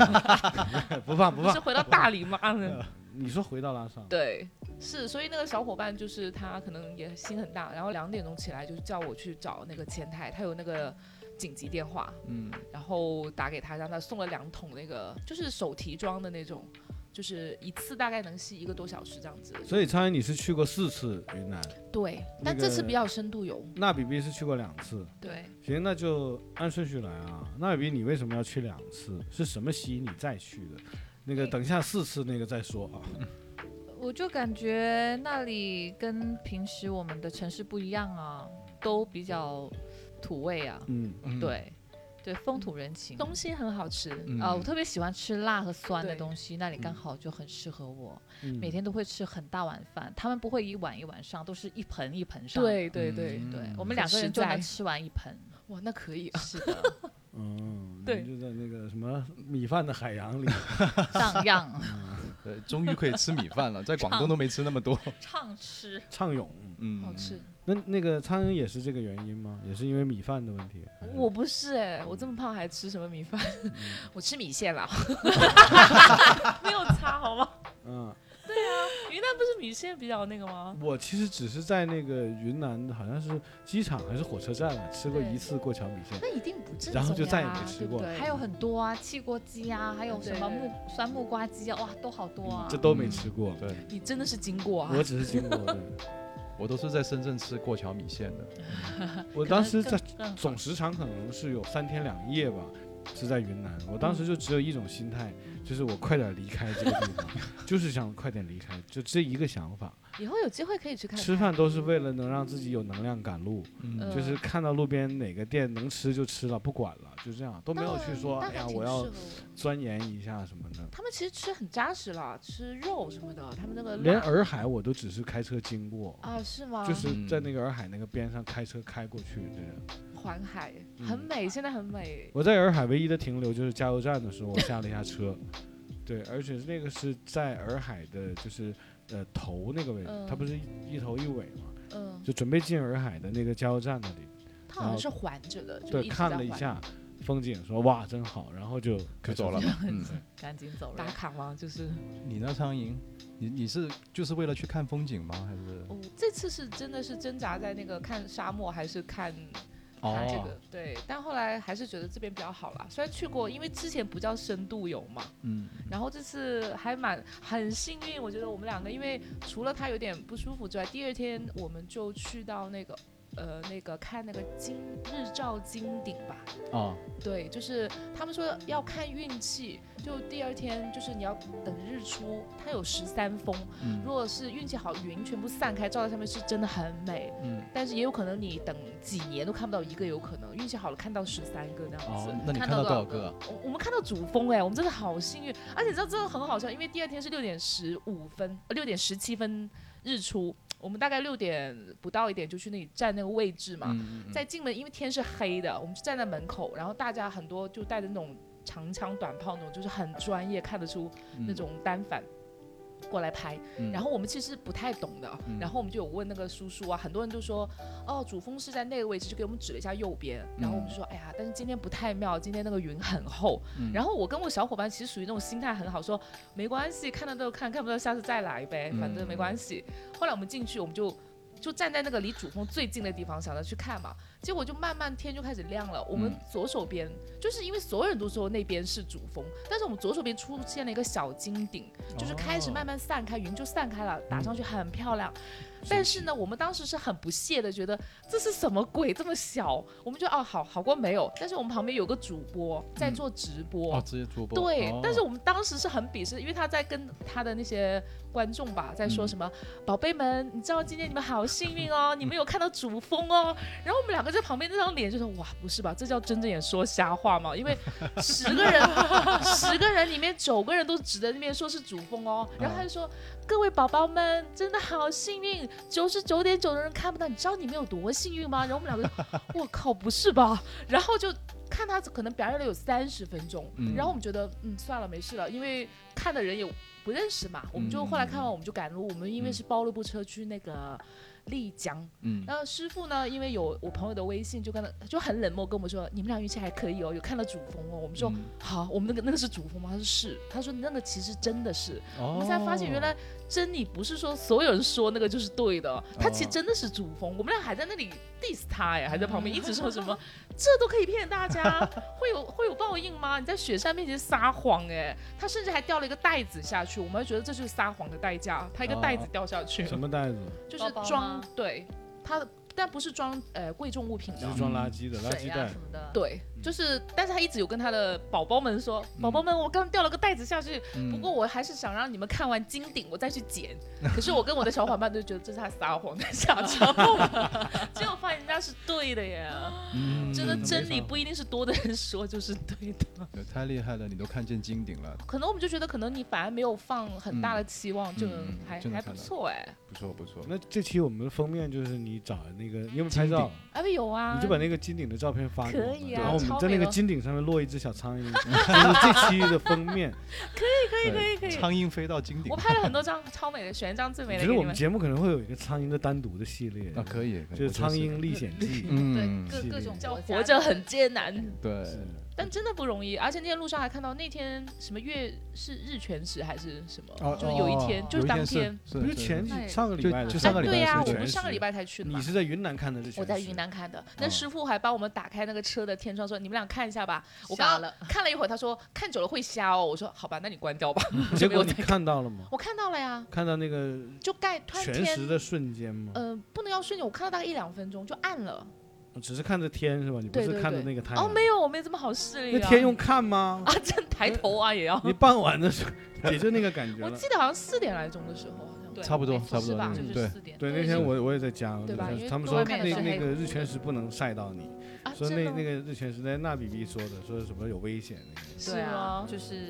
Speaker 1: 不放不
Speaker 3: 不是
Speaker 1: 放。
Speaker 3: 回到大理吗？
Speaker 2: 嗯
Speaker 1: 你说回到拉萨，
Speaker 3: 对，是，所以那个小伙伴就是他，可能也心很大，然后两点钟起来就叫我去找那个前台，他有那个紧急电话，
Speaker 2: 嗯，
Speaker 3: 然后打给他，让他送了两桶那个就是手提装的那种，就是一次大概能吸一个多小时这样子。
Speaker 1: 所以苍蝇你是去过四次云南，
Speaker 3: 对，但
Speaker 1: 那个
Speaker 3: 这次比较深度游，
Speaker 1: 那比比是去过两次。
Speaker 4: 对，
Speaker 1: 行，那就按顺序来啊。那比你为什么要去两次？是什么吸引你再去的？那个等一下四次那个再说啊。
Speaker 4: 我就感觉那里跟平时我们的城市不一样啊，都比较土味啊。
Speaker 1: 嗯，
Speaker 2: 嗯，
Speaker 4: 对，对，风土人情。
Speaker 3: 东西很好吃，
Speaker 2: 嗯
Speaker 4: 啊，我特别喜欢吃辣和酸的
Speaker 3: 对
Speaker 4: 东西，那里刚
Speaker 1: 嗯
Speaker 4: 好就很适合我，
Speaker 1: 嗯
Speaker 4: 每天都会吃很大碗饭。他们不会一碗一碗上，都是一盆一盆上。，
Speaker 3: 对对对，
Speaker 2: 嗯
Speaker 4: 对我
Speaker 3: 很
Speaker 4: 们两个人
Speaker 3: 实
Speaker 4: 就
Speaker 3: 在
Speaker 4: 能吃完一盆。
Speaker 3: 哇，那可以啊，
Speaker 4: 是的，
Speaker 1: 嗯，
Speaker 3: 对
Speaker 1: 你就在那个什么米饭的海洋里，
Speaker 4: 荡漾，
Speaker 2: 对，终于可以吃米饭了，在广东都没吃那么 多。
Speaker 4: 畅吃。
Speaker 1: 畅泳。
Speaker 2: 嗯，
Speaker 3: 好吃。
Speaker 1: 那那个苍蝇也是这个原因吗？也是因为米饭的问题？还是
Speaker 3: 我不是哎、我这么胖还吃什么米饭？
Speaker 1: 嗯
Speaker 3: 我吃米 线啦，没有差好吗？
Speaker 1: 嗯，
Speaker 3: 云南不是米线比较那个吗？
Speaker 1: 我其实只是在那个云南的，好像是机场还是火车站啊，吃过
Speaker 3: 对
Speaker 1: 一次过桥米线。
Speaker 3: 那一定不正宗呀，
Speaker 1: 然后就再也没吃过了
Speaker 3: 对不对
Speaker 4: 还有很多啊，汽锅鸡啊，还有什么木酸木瓜鸡啊，哇，都好多啊。
Speaker 1: 这都没吃过，
Speaker 2: 对
Speaker 3: 你真的是经过啊
Speaker 1: 我？只是经过。对
Speaker 2: 我都是在深圳吃过桥米线的。
Speaker 1: 我当时在
Speaker 4: 可能更
Speaker 1: 总时长可能是有三天两夜吧，是在云南。我当时就只有一种心态，就是我快点离开这个地方， 就是想快点离开，就这一个想法。
Speaker 3: 以后有机会可以去看看。
Speaker 1: 吃饭都是为了能让自己有能量赶路，
Speaker 2: 嗯
Speaker 3: 呃
Speaker 1: 就是看到路边哪个店能吃就吃了，不管了，就这样，都没有去说，
Speaker 3: 但
Speaker 1: 哎
Speaker 3: 还
Speaker 1: 呀，
Speaker 3: 挺
Speaker 1: 我
Speaker 3: 适合
Speaker 1: 要
Speaker 3: 我。
Speaker 1: 钻研一下什么的。
Speaker 3: 他们其实吃很扎实了，吃肉什么的，他们那个
Speaker 1: 连
Speaker 3: 辣
Speaker 1: 洱海我都只是开车经过，
Speaker 3: 啊是吗？
Speaker 1: 就是在那个洱海那个边上开车开过去这样。
Speaker 3: 环海
Speaker 1: 嗯
Speaker 3: 很美，现在很美。
Speaker 1: 我在洱海唯一的停留就是加油站的时候，我下了一下 车。对，而且那个是在洱海的，就是呃头那个位置，它不是一一头一尾嘛，
Speaker 3: 嗯，
Speaker 1: 就准备进洱海的那个加油站那里。
Speaker 3: 它好像是环着的，就
Speaker 1: 对，
Speaker 3: 一直
Speaker 1: 看
Speaker 3: 在
Speaker 1: 了一
Speaker 3: 环
Speaker 1: 下风景，说哇真好，然后就
Speaker 2: 就
Speaker 1: 开
Speaker 2: 走了
Speaker 1: 车。
Speaker 2: 吧。嗯，
Speaker 4: 赶紧走
Speaker 3: 打
Speaker 4: 人。
Speaker 3: 卡吗？就是
Speaker 2: 你呢，苍蝇？你你是就是为了去看风景吗？还是
Speaker 3: 哦，这次是真的是挣扎在那个看沙漠还是看
Speaker 2: 哦
Speaker 3: 看这个、对，但后来还是觉得这边比较好啦。虽然去过，因为之前不叫深度游嘛，
Speaker 2: 嗯，
Speaker 3: 然后这次还蛮很幸运，我觉得我们两个，因为除了他有点不舒服之外，第二天我们就去到那个呃那个看那个金日照金顶吧，
Speaker 2: 哦，
Speaker 3: 对，就是他们说要看运气，就第二天就是你要等日出，它有十三峰，
Speaker 2: 嗯
Speaker 3: 如果是运气好，云全部散开照在上面是真的很美，
Speaker 2: 嗯，
Speaker 3: 但是也有可能你等几年都看不到一个，有可能运气好了看到十三个那样子。
Speaker 2: 哦，那你看到多少个？
Speaker 3: 我我们看到主峰哎、我们真的好幸运，而且这真的很好笑，因为第二天是六点十五分，呃六点十七分日出，我们大概六点不到一点就去那里站那个位置嘛，
Speaker 2: 嗯，嗯
Speaker 3: 啊在进门，因为天是黑的，我们就站在门口，然后大家很多就带着那种长枪短炮那种，就是很专业，看得出那，种单反。过来拍，
Speaker 2: 嗯
Speaker 3: 然后我们其实不太懂的，
Speaker 2: 嗯
Speaker 3: 然后我们就有问那个叔叔啊，很多人就说，哦，主峰是在那个位置，就给我们指了一下右边，然后我们就说，哎呀，但是今天不太妙，今天那个云很厚，
Speaker 2: 嗯
Speaker 3: 然后我跟我小伙伴其实属于那种心态很好，说没关系，看得到看，看不到下次再来呗，
Speaker 2: 嗯
Speaker 3: 反正没关系。后来我们进去，我们就就站在那个离主峰最近的地方，想着去看嘛。结果就慢慢天就开始亮了。我们
Speaker 2: 嗯
Speaker 3: 左手边、就是因为所有人都说那边是主峰，但是我们左手边出现了一个小金顶，就是开始慢慢散开，云就散开了，打上去很漂亮。但嗯是呢，我们当时是很不屑的，觉得这是什么鬼这么小？我们就哦好好过没有。但是我们旁边有个主播在
Speaker 2: 嗯
Speaker 3: 做直播，
Speaker 2: 哦，直接主播
Speaker 3: 对，
Speaker 2: 哦
Speaker 3: 但是我们当时是很鄙视，因为他在跟他的那些观众吧，在说
Speaker 2: 嗯
Speaker 3: 什么、宝贝们，你知道今天你们好幸 运哦，你们有看到主峰哦。然后我们两个在旁边那张脸就说哇，不是吧，这叫睁着眼说瞎话吗？因为十个 人，十个人里面九个人都指着那边说是主峰哦。
Speaker 2: 嗯
Speaker 3: 然后他就说、各位宝宝们真的好幸运，九十九点九的人看不到，你知道你们有多幸运吗？然后我们两个就我靠，不是吧？然后就看他可能表演了有三十分钟，
Speaker 2: 嗯
Speaker 3: 然后我们觉得嗯算了没事了，因为看的人也不认识嘛，我们就后来
Speaker 2: 嗯
Speaker 3: 看完我们就赶路，我们因为是包了部车去那个丽江，
Speaker 2: 嗯
Speaker 3: 那师傅呢，因为有我朋友的微信，就跟他就很冷漠跟我们说，你们俩运气还可以哦，有看到主峰哦，我们说。
Speaker 2: 嗯
Speaker 3: 好，我们那个那个是主峰吗？他说是，他说那个其实真的是，
Speaker 2: 哦
Speaker 3: 我们才发现原来真理不是说所有人说那个就是对的，他其实
Speaker 2: 哦
Speaker 3: 真的是主峰。我们俩还在那里 diss 他哎，还在旁边一直说什么 这都可以骗大家，会有会有报应吗？你在雪山面前撒谎哎，他甚至还掉了一个袋子下去，我们还觉得这就是撒谎的代价，他一个
Speaker 2: 哦
Speaker 3: 袋子掉下去，
Speaker 1: 什么袋子？
Speaker 3: 就是
Speaker 4: 包包
Speaker 3: 装
Speaker 4: 吗
Speaker 3: 对他，但不是装呃贵重物品的
Speaker 1: 是。装嗯垃圾的垃
Speaker 4: 水
Speaker 1: 圾
Speaker 4: 呀
Speaker 1: 袋
Speaker 4: 什。么的。
Speaker 3: 对，就是，但是他一直有跟他的宝宝们说，
Speaker 1: 嗯
Speaker 3: 宝宝们，我刚掉了个袋子下去，
Speaker 2: 嗯
Speaker 3: 不过我还是想让你们看完金顶，我再 去捡。可是我跟我的小伙伴都觉得这是他撒谎的下场，结果发现人家价是对的耶。
Speaker 2: 嗯
Speaker 3: 真的
Speaker 2: 没
Speaker 3: 真理
Speaker 2: 法
Speaker 3: 不一定是多的人说就是对的，
Speaker 2: 对太厉害了，你都看见金顶了，
Speaker 3: 可能我们就觉得可能你反而没有放很大的期望，就
Speaker 2: 嗯嗯
Speaker 3: 还
Speaker 2: 真的
Speaker 3: 还
Speaker 2: 看
Speaker 3: 不
Speaker 2: 到
Speaker 3: 错哎。
Speaker 2: 不错不错。
Speaker 1: 那这期我们的封面就是你找那个，因为拍照，
Speaker 3: 哎有啊，
Speaker 1: 你就把那个金顶的照片发给我
Speaker 3: 可
Speaker 1: 们，
Speaker 3: 以啊
Speaker 1: 然后我们
Speaker 3: 超
Speaker 1: 在那
Speaker 3: 美
Speaker 1: 个
Speaker 3: 了
Speaker 1: 金顶上面落一只小苍蝇， 就是这期的封面。
Speaker 3: 可以可以可以，
Speaker 2: 苍蝇飞到金顶
Speaker 3: 我拍了很多张超美的，选一张最美
Speaker 1: 我
Speaker 3: 的
Speaker 1: 觉
Speaker 3: 给
Speaker 1: 得我们
Speaker 3: 你们。
Speaker 1: 节目可能会有一个苍蝇的单独的系列
Speaker 2: 啊，可以，可以
Speaker 1: 就是《苍蝇
Speaker 2: 力，
Speaker 1: 历险记》。
Speaker 2: 嗯，
Speaker 4: 对各各种
Speaker 3: 叫
Speaker 4: 国 家
Speaker 3: 活着很艰难，
Speaker 2: 对，
Speaker 1: 是
Speaker 3: 但真的不容易。而且那天路上还看到那天什么月是日全食还是什么，
Speaker 2: 哦
Speaker 3: 就有一天、
Speaker 2: 哦
Speaker 3: 就是当
Speaker 2: 有一
Speaker 3: 天，
Speaker 2: 是
Speaker 1: 不是前
Speaker 4: 那
Speaker 1: 几
Speaker 4: 也
Speaker 1: 上个礼
Speaker 2: 就
Speaker 1: 拜的事，
Speaker 2: 就上个礼
Speaker 3: 哎对
Speaker 2: 拜
Speaker 3: 呀、
Speaker 2: 是
Speaker 3: 我
Speaker 2: 全
Speaker 3: 们
Speaker 2: 食
Speaker 3: 上个礼拜才去的嘛
Speaker 1: 你。是在嗯云南看的这？
Speaker 3: 我在云。南看的，
Speaker 2: 哦
Speaker 3: 那师傅还帮我们打开那个车的天窗，说：“你们俩看一下吧。”我
Speaker 4: 瞎
Speaker 3: 刚
Speaker 4: 了
Speaker 3: 刚看了一会儿，他说：“看久了会瞎哦。”我说：“好吧，那你关掉吧。
Speaker 1: 嗯 结
Speaker 3: 没
Speaker 1: 果
Speaker 3: 有
Speaker 1: 你
Speaker 3: 再
Speaker 1: 看到了吗？
Speaker 3: 我看到了呀，
Speaker 1: 看到那个
Speaker 3: 就盖突然
Speaker 1: 全食
Speaker 3: 天，
Speaker 1: 的瞬间吗？
Speaker 3: 呃，不能要瞬间，我看到大概一两分钟就暗了。
Speaker 1: 只是看着天是吧？你不
Speaker 3: 对
Speaker 1: 是
Speaker 3: 对
Speaker 1: 看着
Speaker 3: 对
Speaker 1: 那个太阳？
Speaker 3: 哦，没有，我没这么好视力、
Speaker 1: 那
Speaker 3: 啊。
Speaker 1: 天用看吗？
Speaker 3: 啊，这抬头啊也要。
Speaker 1: 你傍晚的时候也就那个感觉
Speaker 3: 我
Speaker 1: 了。
Speaker 3: 记得好像四点来钟的时候，好像
Speaker 4: 对
Speaker 2: 差不多
Speaker 4: 没错
Speaker 2: 差不多
Speaker 4: 是吧？
Speaker 2: 嗯
Speaker 4: 就
Speaker 2: 对
Speaker 4: 是四点。
Speaker 1: 对，
Speaker 3: 对
Speaker 1: 那天
Speaker 2: 是
Speaker 1: 我我也在家，我
Speaker 3: 对吧
Speaker 1: 在家
Speaker 3: 因为
Speaker 1: 他们
Speaker 3: 都
Speaker 1: 说
Speaker 3: 外
Speaker 1: 那
Speaker 3: 面
Speaker 4: 是
Speaker 1: 那
Speaker 4: 黑
Speaker 1: 个
Speaker 4: 乎
Speaker 1: 日
Speaker 4: 乎
Speaker 1: 全
Speaker 4: 的
Speaker 1: 食不能晒到你，
Speaker 3: 啊，
Speaker 1: 说
Speaker 3: 真
Speaker 1: 那
Speaker 3: 的
Speaker 1: 那个日全食在纳比比说的，说什么有危险那个，
Speaker 4: 对
Speaker 3: 是
Speaker 4: 啊
Speaker 3: 吗，？
Speaker 4: 就是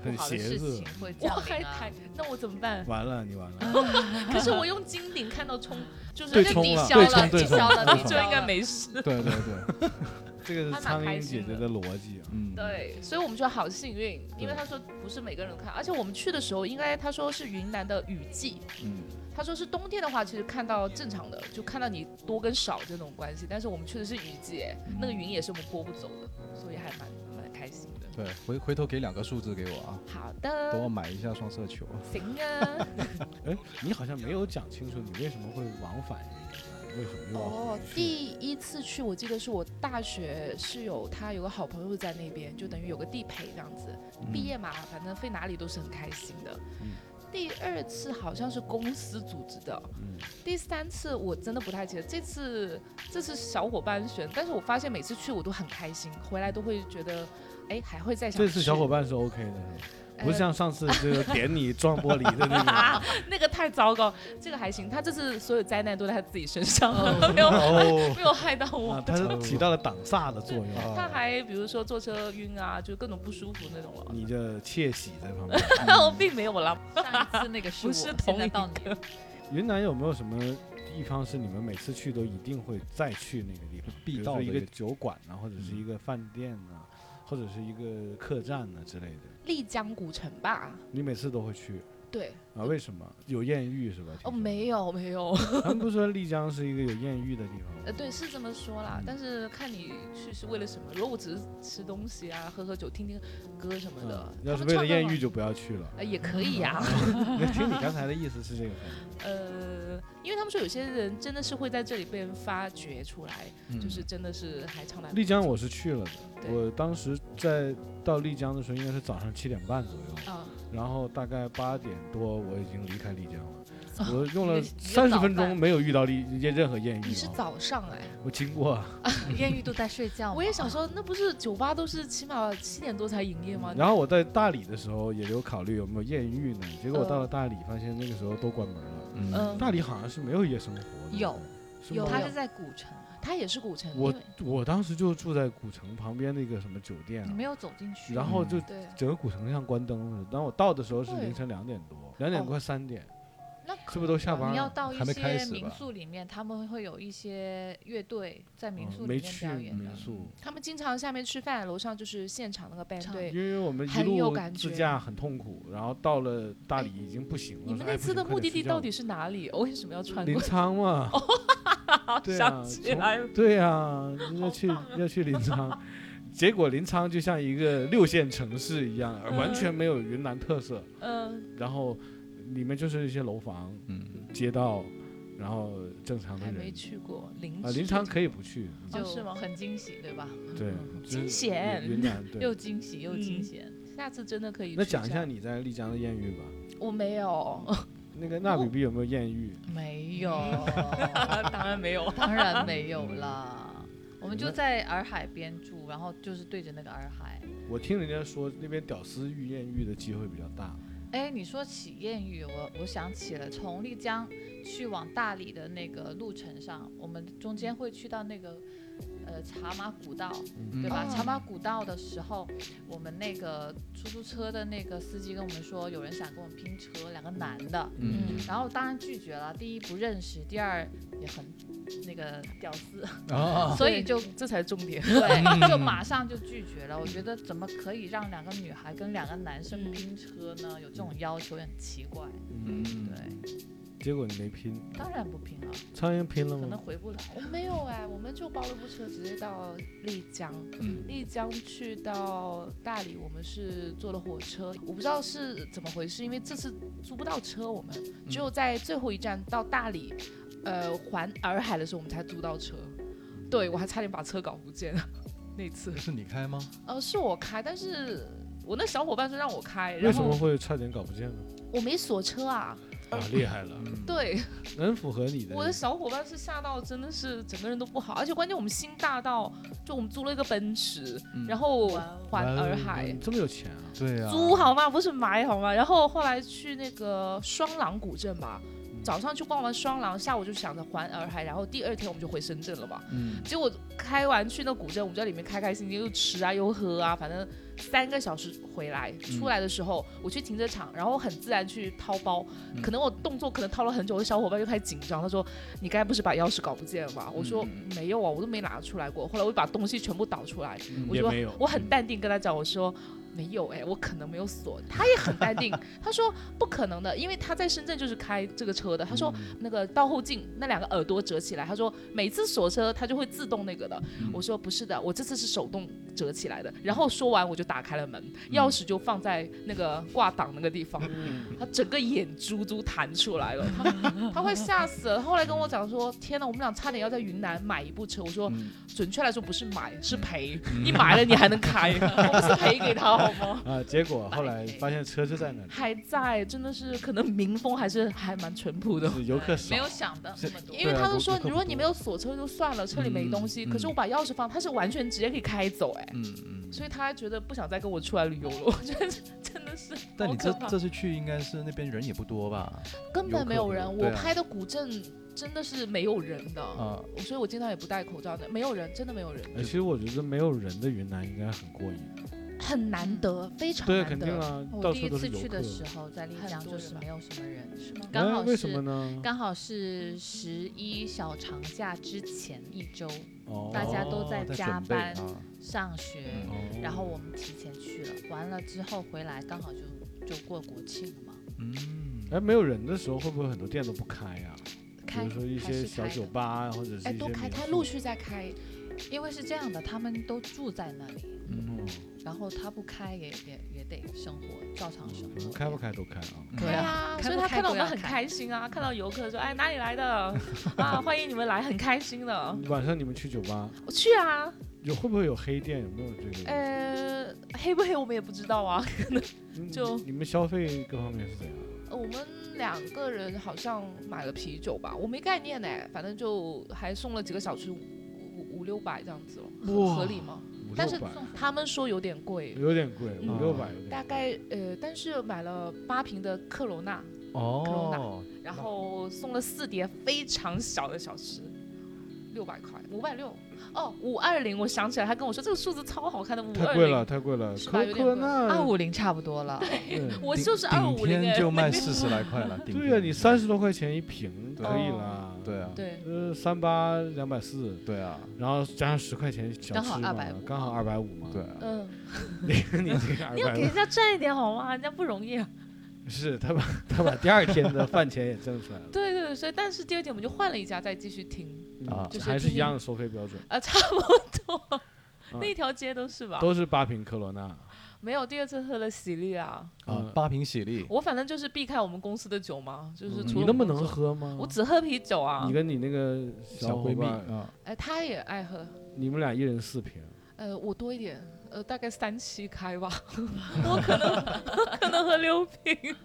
Speaker 4: 不
Speaker 1: 很
Speaker 4: 好的
Speaker 1: 邪
Speaker 4: 事
Speaker 1: 恶
Speaker 4: 情。会
Speaker 3: 我
Speaker 4: 降
Speaker 3: 还
Speaker 4: 临啊
Speaker 3: 抬。，那我怎么 办？
Speaker 1: 完了，你完了。
Speaker 3: 嗯可是我用金顶看到冲，就是
Speaker 1: 对
Speaker 4: 那就
Speaker 1: 冲
Speaker 4: 抵
Speaker 1: 了
Speaker 4: 消
Speaker 1: 对
Speaker 4: 了，
Speaker 1: 冲对
Speaker 4: 抵
Speaker 1: 冲
Speaker 4: 消了，
Speaker 1: 对
Speaker 4: 抵
Speaker 1: 冲
Speaker 3: 就
Speaker 4: 消
Speaker 3: 应该
Speaker 4: 了。
Speaker 3: 没事。
Speaker 2: 对对对，
Speaker 1: 这个是
Speaker 3: 还蛮
Speaker 1: 苍
Speaker 3: 开
Speaker 1: 蝇姐
Speaker 3: 心
Speaker 1: 姐
Speaker 3: 的
Speaker 1: 的逻辑啊。
Speaker 2: 嗯，
Speaker 3: 对，所以我们就好幸运，因为
Speaker 2: 对
Speaker 3: 他说不是每个人都看，而且我们去的时候，应该他说是云南的雨季，
Speaker 2: 嗯，
Speaker 3: 他说是冬天的话，其实看到正常的，就看到你多跟少这种关系，但是我们去的是雨季，哎那个云也是我们拨不走的，所以还蛮蛮开心的。
Speaker 2: 对，回回头给两个数字给我啊，
Speaker 3: 好
Speaker 2: 等我
Speaker 3: 的，
Speaker 2: 买一下双色球。
Speaker 3: 行啊。
Speaker 1: 哎，你好像没有讲清楚，你为什么会往返于云南？为什么又要
Speaker 3: 哦
Speaker 1: 回，去？
Speaker 3: 第一次去我记得是我大学室友，他有个好朋友在那边，就等于有个地陪这样子。毕业嘛，反正飞哪里都是很开心的。
Speaker 1: 嗯
Speaker 3: 第二次好像是公司组织的，
Speaker 1: 嗯
Speaker 3: 第三次我真的不太记得。这次这次小伙伴选，但是我发现每次去我都很开心，回来都会觉得，哎，还会再想去。
Speaker 1: 这次小伙伴是 OK 的，是吧
Speaker 3: 呃
Speaker 1: 不是像上次这个点你撞玻璃的那
Speaker 3: 啊，
Speaker 1: 个。
Speaker 3: 那个太糟糕，这个还行，他这次所有灾难都在他自己身上，
Speaker 4: 哦
Speaker 3: 没有
Speaker 1: 哦，
Speaker 3: 没有害到我。
Speaker 1: 啊，它是起到了挡煞的作用，
Speaker 2: 啊
Speaker 3: 他还比如说坐车晕啊，就各种不舒服那种了。
Speaker 1: 你就窃喜在旁 边。
Speaker 3: 但我哦并没有 啦，
Speaker 4: 上一次那个是
Speaker 3: 不
Speaker 4: 我，
Speaker 3: 是
Speaker 4: 现
Speaker 3: 同
Speaker 4: 在
Speaker 3: 一
Speaker 4: 到
Speaker 3: 个
Speaker 4: 你。
Speaker 1: 云南有没有什么地方是你们每次去都一定会再去那个地方？
Speaker 2: 必
Speaker 1: 比如
Speaker 2: 到
Speaker 1: 说
Speaker 2: 的
Speaker 1: 一
Speaker 2: 一
Speaker 1: 个
Speaker 2: 个
Speaker 1: 酒馆啊，或者是一个饭店啊，或者是一个客栈啊之类的，
Speaker 3: 丽江古城吧？
Speaker 1: 你每次都会去
Speaker 3: 对，
Speaker 1: 啊？为什么？有艳遇是吧？
Speaker 3: 哦，没
Speaker 1: 有。
Speaker 3: 有没 有，
Speaker 1: 他们不是说丽江是一个有艳遇的地方吗？
Speaker 3: 哦呃，对，是这么说啦。但是看你去是为了什么？如果我只是吃东西啊、喝喝酒、听听歌什么的
Speaker 1: 嗯，要
Speaker 3: 他
Speaker 1: 是
Speaker 3: 们
Speaker 1: 为了
Speaker 3: 唱歌
Speaker 1: 艳
Speaker 3: 嘛
Speaker 1: 遇，就不要去 了。
Speaker 3: 呃，也可以呀、
Speaker 1: 那听你刚才的意思是这个方面，
Speaker 3: 呃，因为他们说有些人真的是会在这里被人发掘出来，
Speaker 2: 嗯
Speaker 3: 就是真的是还唱来
Speaker 1: 丽江我是去了的，
Speaker 3: 对
Speaker 1: 我当时在到丽江的时候应该是早上七点半左右，
Speaker 3: 啊，
Speaker 1: 然后大概八点多我已经离开丽江了。
Speaker 4: 哦
Speaker 1: 我用了
Speaker 4: 你你
Speaker 1: 三十
Speaker 4: 早
Speaker 1: 分钟
Speaker 4: 饭
Speaker 1: 没有遇到丽任何艳遇、啊，
Speaker 3: 你是早上哎、
Speaker 1: 我经过， 啊
Speaker 4: 艳遇都在睡觉嘛，
Speaker 3: 我也想说，那不是酒吧都是起码七点多才营业吗？
Speaker 1: 然后我在大理的时候也有考虑有没有艳遇呢，结果我到了大理发现那个时候都关门了。
Speaker 3: 嗯
Speaker 1: 大理好像是没有夜生活的，
Speaker 4: 有
Speaker 1: 是
Speaker 3: 有
Speaker 1: 吗
Speaker 4: 他
Speaker 3: 有
Speaker 4: 是在古城，啊
Speaker 3: 它也是古城，
Speaker 1: 我
Speaker 3: 因为
Speaker 1: 我当时就住在古城旁边那个什么酒店、
Speaker 4: 你
Speaker 1: 啊
Speaker 4: 没，有走进去。
Speaker 1: 然后就
Speaker 3: 对，
Speaker 1: 整个古城像关灯似的。当我到的时候是
Speaker 3: 对
Speaker 1: 凌晨两点多，两点
Speaker 3: 哦
Speaker 1: 快三点，
Speaker 4: 那
Speaker 1: 是不是都下班
Speaker 4: 你要
Speaker 1: 了？
Speaker 4: 到一
Speaker 2: 还没开
Speaker 4: 些
Speaker 2: 始吧
Speaker 4: 民宿里面，他们会有一些乐队在民宿
Speaker 1: 嗯
Speaker 4: 里
Speaker 1: 没
Speaker 4: 面
Speaker 1: 去
Speaker 4: 表演的
Speaker 1: 民。宿，
Speaker 3: 他们经常下面吃饭，楼上就是现场那个 band
Speaker 4: 唱
Speaker 3: 队。
Speaker 1: 因为我们一
Speaker 3: 很有
Speaker 1: 路
Speaker 3: 感觉
Speaker 1: 自驾很痛苦，然后到了大理已经不行了。
Speaker 3: 你们
Speaker 1: 说
Speaker 3: 那
Speaker 1: 哎不
Speaker 3: 次
Speaker 1: 行
Speaker 3: 的
Speaker 1: 快
Speaker 3: 目的
Speaker 1: 点
Speaker 3: 地
Speaker 1: 睡觉
Speaker 3: 到底
Speaker 1: 吧
Speaker 3: 是哪里？我为什么要穿
Speaker 1: 临
Speaker 3: 过？
Speaker 1: 沧 嘛？对啊，
Speaker 3: 想起
Speaker 1: 从
Speaker 3: 来了
Speaker 1: 对啊，要去要去临沧，结果临沧就像一个六线城市一样，完全没有云南特色。
Speaker 3: 嗯，
Speaker 1: 然后里面就是一些楼房、
Speaker 2: 嗯，
Speaker 1: 街道，然后正常的
Speaker 3: 还没
Speaker 1: 人。
Speaker 3: 去过临
Speaker 1: 啊，临沧可以不去，嗯
Speaker 3: 哦
Speaker 4: 就是
Speaker 3: 吗
Speaker 4: 很惊喜，对吧？
Speaker 1: 对，就是
Speaker 3: 惊险
Speaker 1: 云云南
Speaker 4: 又
Speaker 1: 对。
Speaker 4: 惊喜又
Speaker 3: 嗯
Speaker 4: 惊险。
Speaker 3: 下次真的可以。
Speaker 1: 那讲一下，你在丽江的艳遇吧。
Speaker 3: 我没有，
Speaker 1: 那个纳比比有没有艳遇？
Speaker 4: 没 有，
Speaker 3: 啊当然没 有。
Speaker 4: 当然没有啦。我们就在洱海边住，然后就是对着那个洱海。
Speaker 1: 我听人家说那边屌丝遇艳遇的机会比较大，
Speaker 4: 哎，你说起谚语，我我想起了，从丽江去往大理的那个路程上，我们中间会去到那个呃茶马古道，
Speaker 2: 嗯
Speaker 4: 对吧？
Speaker 2: 啊
Speaker 3: 哦
Speaker 4: 茶马古道的时候，我们那个出租车的那个司机跟我们说，有人想跟我们拼车，两个男的，
Speaker 2: 嗯
Speaker 4: 然后当然拒绝了，第一不认识，第二也很那个屌丝，
Speaker 2: 啊，
Speaker 4: 所以就
Speaker 3: 这才是重点。
Speaker 4: 对，就马上就拒绝了。我觉得怎么可以让两个女孩跟两个男生
Speaker 3: 嗯
Speaker 4: 拼车呢？有这种要求也很奇怪。
Speaker 1: 嗯，
Speaker 2: 嗯，
Speaker 4: 对，
Speaker 1: 结果你没拼，
Speaker 4: 当然不拼了，
Speaker 1: 苍蝇拼了
Speaker 4: 可能
Speaker 1: 吗？
Speaker 4: 回不来
Speaker 3: 我没有哎，我们就包了部车直接到丽江，
Speaker 2: 嗯
Speaker 3: 丽江去到大理，我们是坐了火车，我不知道是怎么回事，因为这次租不到车，我们
Speaker 1: 嗯
Speaker 3: 只有在最后一站到大理，呃，环洱海的时候我们才租到车。对我还差点把车搞不见 了，那次
Speaker 2: 嗯是你开吗？
Speaker 3: 呃是我开，但是我那小伙伴说让我开，
Speaker 1: 为
Speaker 3: 然
Speaker 1: 什么
Speaker 3: 后
Speaker 1: 会差点搞不见呢？
Speaker 3: 我没锁车啊，
Speaker 1: 啊，厉害 了，
Speaker 2: 嗯，
Speaker 3: 对，
Speaker 1: 能符合你的。
Speaker 3: 我的小伙伴是吓到，真的是整个人都不好，而且关键我们心大到，就我们租了一个奔驰，
Speaker 2: 嗯
Speaker 3: 然后
Speaker 4: 哇哦
Speaker 3: 环洱
Speaker 2: 哇
Speaker 1: 你
Speaker 3: 海。
Speaker 1: 这么有钱啊？
Speaker 2: 对啊，
Speaker 3: 租好吗？不是买好吗？然后后来去那个双廊古镇吧，
Speaker 1: 嗯
Speaker 3: 早上去逛完双廊，下午就想着环洱海，然后第二天我们就回深圳了嘛。
Speaker 2: 嗯，
Speaker 3: 结果开完去那古镇，我们在里面开开心心又吃啊又喝啊，反正三个小时回来，出来的时候、我去停车场，然后很自然去掏包，
Speaker 2: 嗯
Speaker 3: 可能我动作可能掏了很久，我小伙伴就开始紧张，他说你该不是把钥匙搞不见了吧？我说、
Speaker 2: 嗯嗯
Speaker 3: 没有啊，我都没拿出来过。后来我就把东西全部倒出来，
Speaker 2: 嗯
Speaker 3: 我
Speaker 1: 也
Speaker 3: 说
Speaker 1: 没有
Speaker 3: 我很淡定跟他讲，我说。没有哎、我可能没有锁。他也很淡定，他说不可能的，因为他在深圳就是开这个车的。他说那个倒后镜那两个耳朵折起来，他说每次锁车它就会自动那个的。
Speaker 2: 嗯
Speaker 3: 我说不是的，我这次是手动折起来的。然后说完我就打开了门，钥匙就放在那个挂档那个地方，他整个眼珠都弹出来了，他他会吓死了。后来跟我讲说，天哪，我们俩差点要在云南买一部车。我说
Speaker 2: 嗯
Speaker 3: 准确来说不是买，是赔。你买了你还能开，我不是赔给他好吗？
Speaker 1: 啊，结果后来发现车就在 那里，
Speaker 3: 还在，真的是可能民风还是还蛮淳朴的。
Speaker 1: 是游客
Speaker 4: 没
Speaker 1: 少。
Speaker 4: 有想到那么多。
Speaker 3: 因
Speaker 2: 对
Speaker 3: 为
Speaker 2: 啊
Speaker 3: 他们
Speaker 2: 游
Speaker 3: 说
Speaker 2: 游，客
Speaker 3: 如果
Speaker 2: 不
Speaker 3: 你
Speaker 2: 多
Speaker 3: 没有锁车就算了，车里没东西，
Speaker 2: 嗯
Speaker 3: 可是我把钥匙放，他是完全直接可以开走哎、
Speaker 2: 嗯嗯，
Speaker 3: 所以他觉得不想再跟我出来旅游了，我觉得真的是
Speaker 2: 但
Speaker 3: 好
Speaker 2: 你这
Speaker 3: 可怕，
Speaker 2: 这次去应该是那边人也不多吧？
Speaker 3: 根本没有
Speaker 2: 游
Speaker 3: 人，
Speaker 2: 客不多
Speaker 3: 我
Speaker 2: 对啊
Speaker 3: 拍的古镇真的是没有人的，
Speaker 2: 啊，
Speaker 3: 所以我经常也不戴口罩的，没有人，真的没有人，
Speaker 1: 哎其实我觉得没有人的云南应该很过瘾。
Speaker 3: 很难得，非常
Speaker 1: 对，
Speaker 3: 难
Speaker 1: 肯定
Speaker 3: 得。
Speaker 1: 啊，
Speaker 4: 我
Speaker 1: 到
Speaker 4: 第一
Speaker 1: 处都
Speaker 4: 次
Speaker 1: 是游
Speaker 4: 去
Speaker 1: 客
Speaker 4: 的。时候，在丽江
Speaker 3: 很多
Speaker 4: 就
Speaker 3: 人
Speaker 4: 是
Speaker 3: 吧
Speaker 4: 没有什么人，是吗？
Speaker 1: 哎
Speaker 4: 刚好
Speaker 1: 为什么
Speaker 4: 是
Speaker 1: 呢？
Speaker 4: 刚好是十一小长假之前一周
Speaker 1: 哦
Speaker 4: 大家都在
Speaker 2: 在准
Speaker 4: 加
Speaker 2: 备
Speaker 4: 班
Speaker 2: 啊
Speaker 4: 上学，
Speaker 2: 嗯
Speaker 4: 然后我们提前去了，完了之后回来刚好就就过国庆了嘛。
Speaker 2: 嗯，
Speaker 1: 哎，没有人的时候会不会很多店都不开呀、比
Speaker 4: 开
Speaker 1: 如说一
Speaker 4: 还
Speaker 1: 些
Speaker 4: 是
Speaker 1: 小
Speaker 4: 开
Speaker 1: 酒
Speaker 4: 的
Speaker 1: 吧啊，或者是一些
Speaker 3: 哎，都开，
Speaker 1: 民
Speaker 3: 他
Speaker 1: 宿
Speaker 3: 陆续在开，
Speaker 4: 因为是这样的，他们都住在那里，
Speaker 1: 嗯，
Speaker 4: 然后他不开也也也得生活，照常生
Speaker 1: 反正
Speaker 4: 活。
Speaker 1: 嗯开不？开都开啊。
Speaker 4: 对
Speaker 3: 对
Speaker 4: 啊，
Speaker 3: 啊，
Speaker 4: 开
Speaker 3: 所以
Speaker 4: 不
Speaker 3: 他
Speaker 4: 开
Speaker 3: 看到我
Speaker 4: 都
Speaker 3: 们
Speaker 4: 要
Speaker 3: 很
Speaker 4: 开
Speaker 3: 开心啊，看到游客说，哎，哪里来的 啊，欢迎你们来，很开心的，
Speaker 1: 晚上你们去酒吧
Speaker 3: 我去啊，
Speaker 1: 有会不会有黑店？有没有这个？
Speaker 3: 呃，黑不黑我们也不知道啊。
Speaker 1: 嗯，
Speaker 3: 就
Speaker 1: 你们消费各方面是怎样？
Speaker 3: 呃 我们两个人好像买了啤酒吧，我没概念呢，反正就还送了几个小吃，五五五六百这样子了，合
Speaker 1: 哇
Speaker 3: 合理吗？
Speaker 1: 五
Speaker 3: 但
Speaker 1: 六
Speaker 3: 是
Speaker 1: 百
Speaker 3: 他们说有点贵，
Speaker 1: 有点贵，
Speaker 3: 嗯
Speaker 1: 五六百有点贵
Speaker 3: 大概呃，但是买了八瓶的克罗纳，
Speaker 2: 哦，
Speaker 3: 然后送了四碟非常小的小吃，六百块，五百六。哦，五二零，我想起来，他跟我说这个数字超好看的，五
Speaker 1: 太
Speaker 3: 二
Speaker 1: 贵了，
Speaker 3: 零，
Speaker 1: 太贵了。
Speaker 3: 是
Speaker 1: 科
Speaker 3: 吧有
Speaker 1: 科
Speaker 3: 点
Speaker 1: 罗
Speaker 3: 贵啊
Speaker 4: 二
Speaker 1: 纳，
Speaker 4: 五零差不多了，
Speaker 1: 对
Speaker 3: 我
Speaker 2: 顶
Speaker 3: 就是二五
Speaker 2: 顶
Speaker 3: 零
Speaker 2: 天
Speaker 3: 哎，
Speaker 2: 就卖四十来块 了，顶
Speaker 1: 对呀，
Speaker 2: 天
Speaker 1: 你三十多块钱一瓶
Speaker 2: 对
Speaker 1: 可以啦。
Speaker 2: 对啊，
Speaker 3: 哦对，
Speaker 1: 呃，三八两百四，
Speaker 2: 对啊，
Speaker 1: 然后加上十块钱小
Speaker 4: 刚
Speaker 1: 吃
Speaker 4: 好
Speaker 1: 嘛
Speaker 4: 250，
Speaker 1: 刚好二百五嘛。
Speaker 2: 对，啊，
Speaker 3: 嗯，
Speaker 1: 你这个二
Speaker 3: 你要
Speaker 1: 百
Speaker 3: 给
Speaker 1: 五
Speaker 3: 人家赚一点好 吗？人家不容易啊。
Speaker 1: 是他把他把第二天的饭钱也挣出来 了。
Speaker 3: 对对，所以但是第二天我们就换了一家再继续停，
Speaker 1: 嗯
Speaker 2: 啊
Speaker 3: 就是
Speaker 1: 还是
Speaker 3: 今
Speaker 1: 一样的收费标准，
Speaker 3: 啊， 差不多，那条街都是吧？
Speaker 1: 嗯都是八瓶科罗纳。
Speaker 3: 没有，第二次喝了喜力啊，
Speaker 2: 啊
Speaker 1: 嗯，
Speaker 2: 八瓶喜力，
Speaker 3: 我反正就是避开我们公司的酒嘛，就是
Speaker 2: 嗯
Speaker 3: 除
Speaker 1: 你
Speaker 3: 了
Speaker 1: 那
Speaker 3: 我
Speaker 1: 么
Speaker 3: 们
Speaker 1: 能
Speaker 3: 公司，
Speaker 1: 喝吗？
Speaker 3: 我只喝啤酒啊
Speaker 1: 你。跟你那个
Speaker 2: 小
Speaker 1: 伙
Speaker 2: 闺蜜
Speaker 1: 伴，
Speaker 2: 啊，
Speaker 3: 哎，他也爱喝，
Speaker 1: 你们俩一人四瓶，
Speaker 3: 呃，我多一点，呃，大概三 七开吧，我可能可能喝六瓶。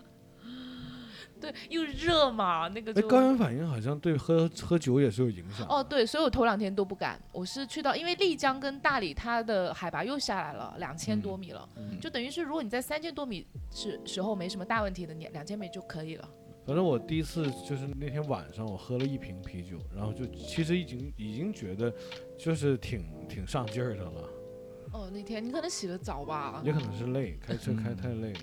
Speaker 3: 对，又热嘛，那个
Speaker 1: 哎，
Speaker 3: 就
Speaker 1: 高原反应好像对喝喝酒也是有影响。
Speaker 3: 哦，，对，所以我头两天都不敢，我是去到，因为丽江跟大理它的海拔又下来了，两千
Speaker 2: 嗯
Speaker 3: 多米了，
Speaker 2: 嗯
Speaker 3: 就等于是如果你在三千多米是时候没什么大问题的，你两千米就可以了。
Speaker 1: 反正我第一次就是那天晚上，我喝了一瓶啤酒，然后就其实已经已经觉得就是挺挺上劲儿的了，
Speaker 3: 哦，那天你可能洗了澡吧？
Speaker 1: 也可能是累，开车开
Speaker 2: 嗯
Speaker 1: 太累了。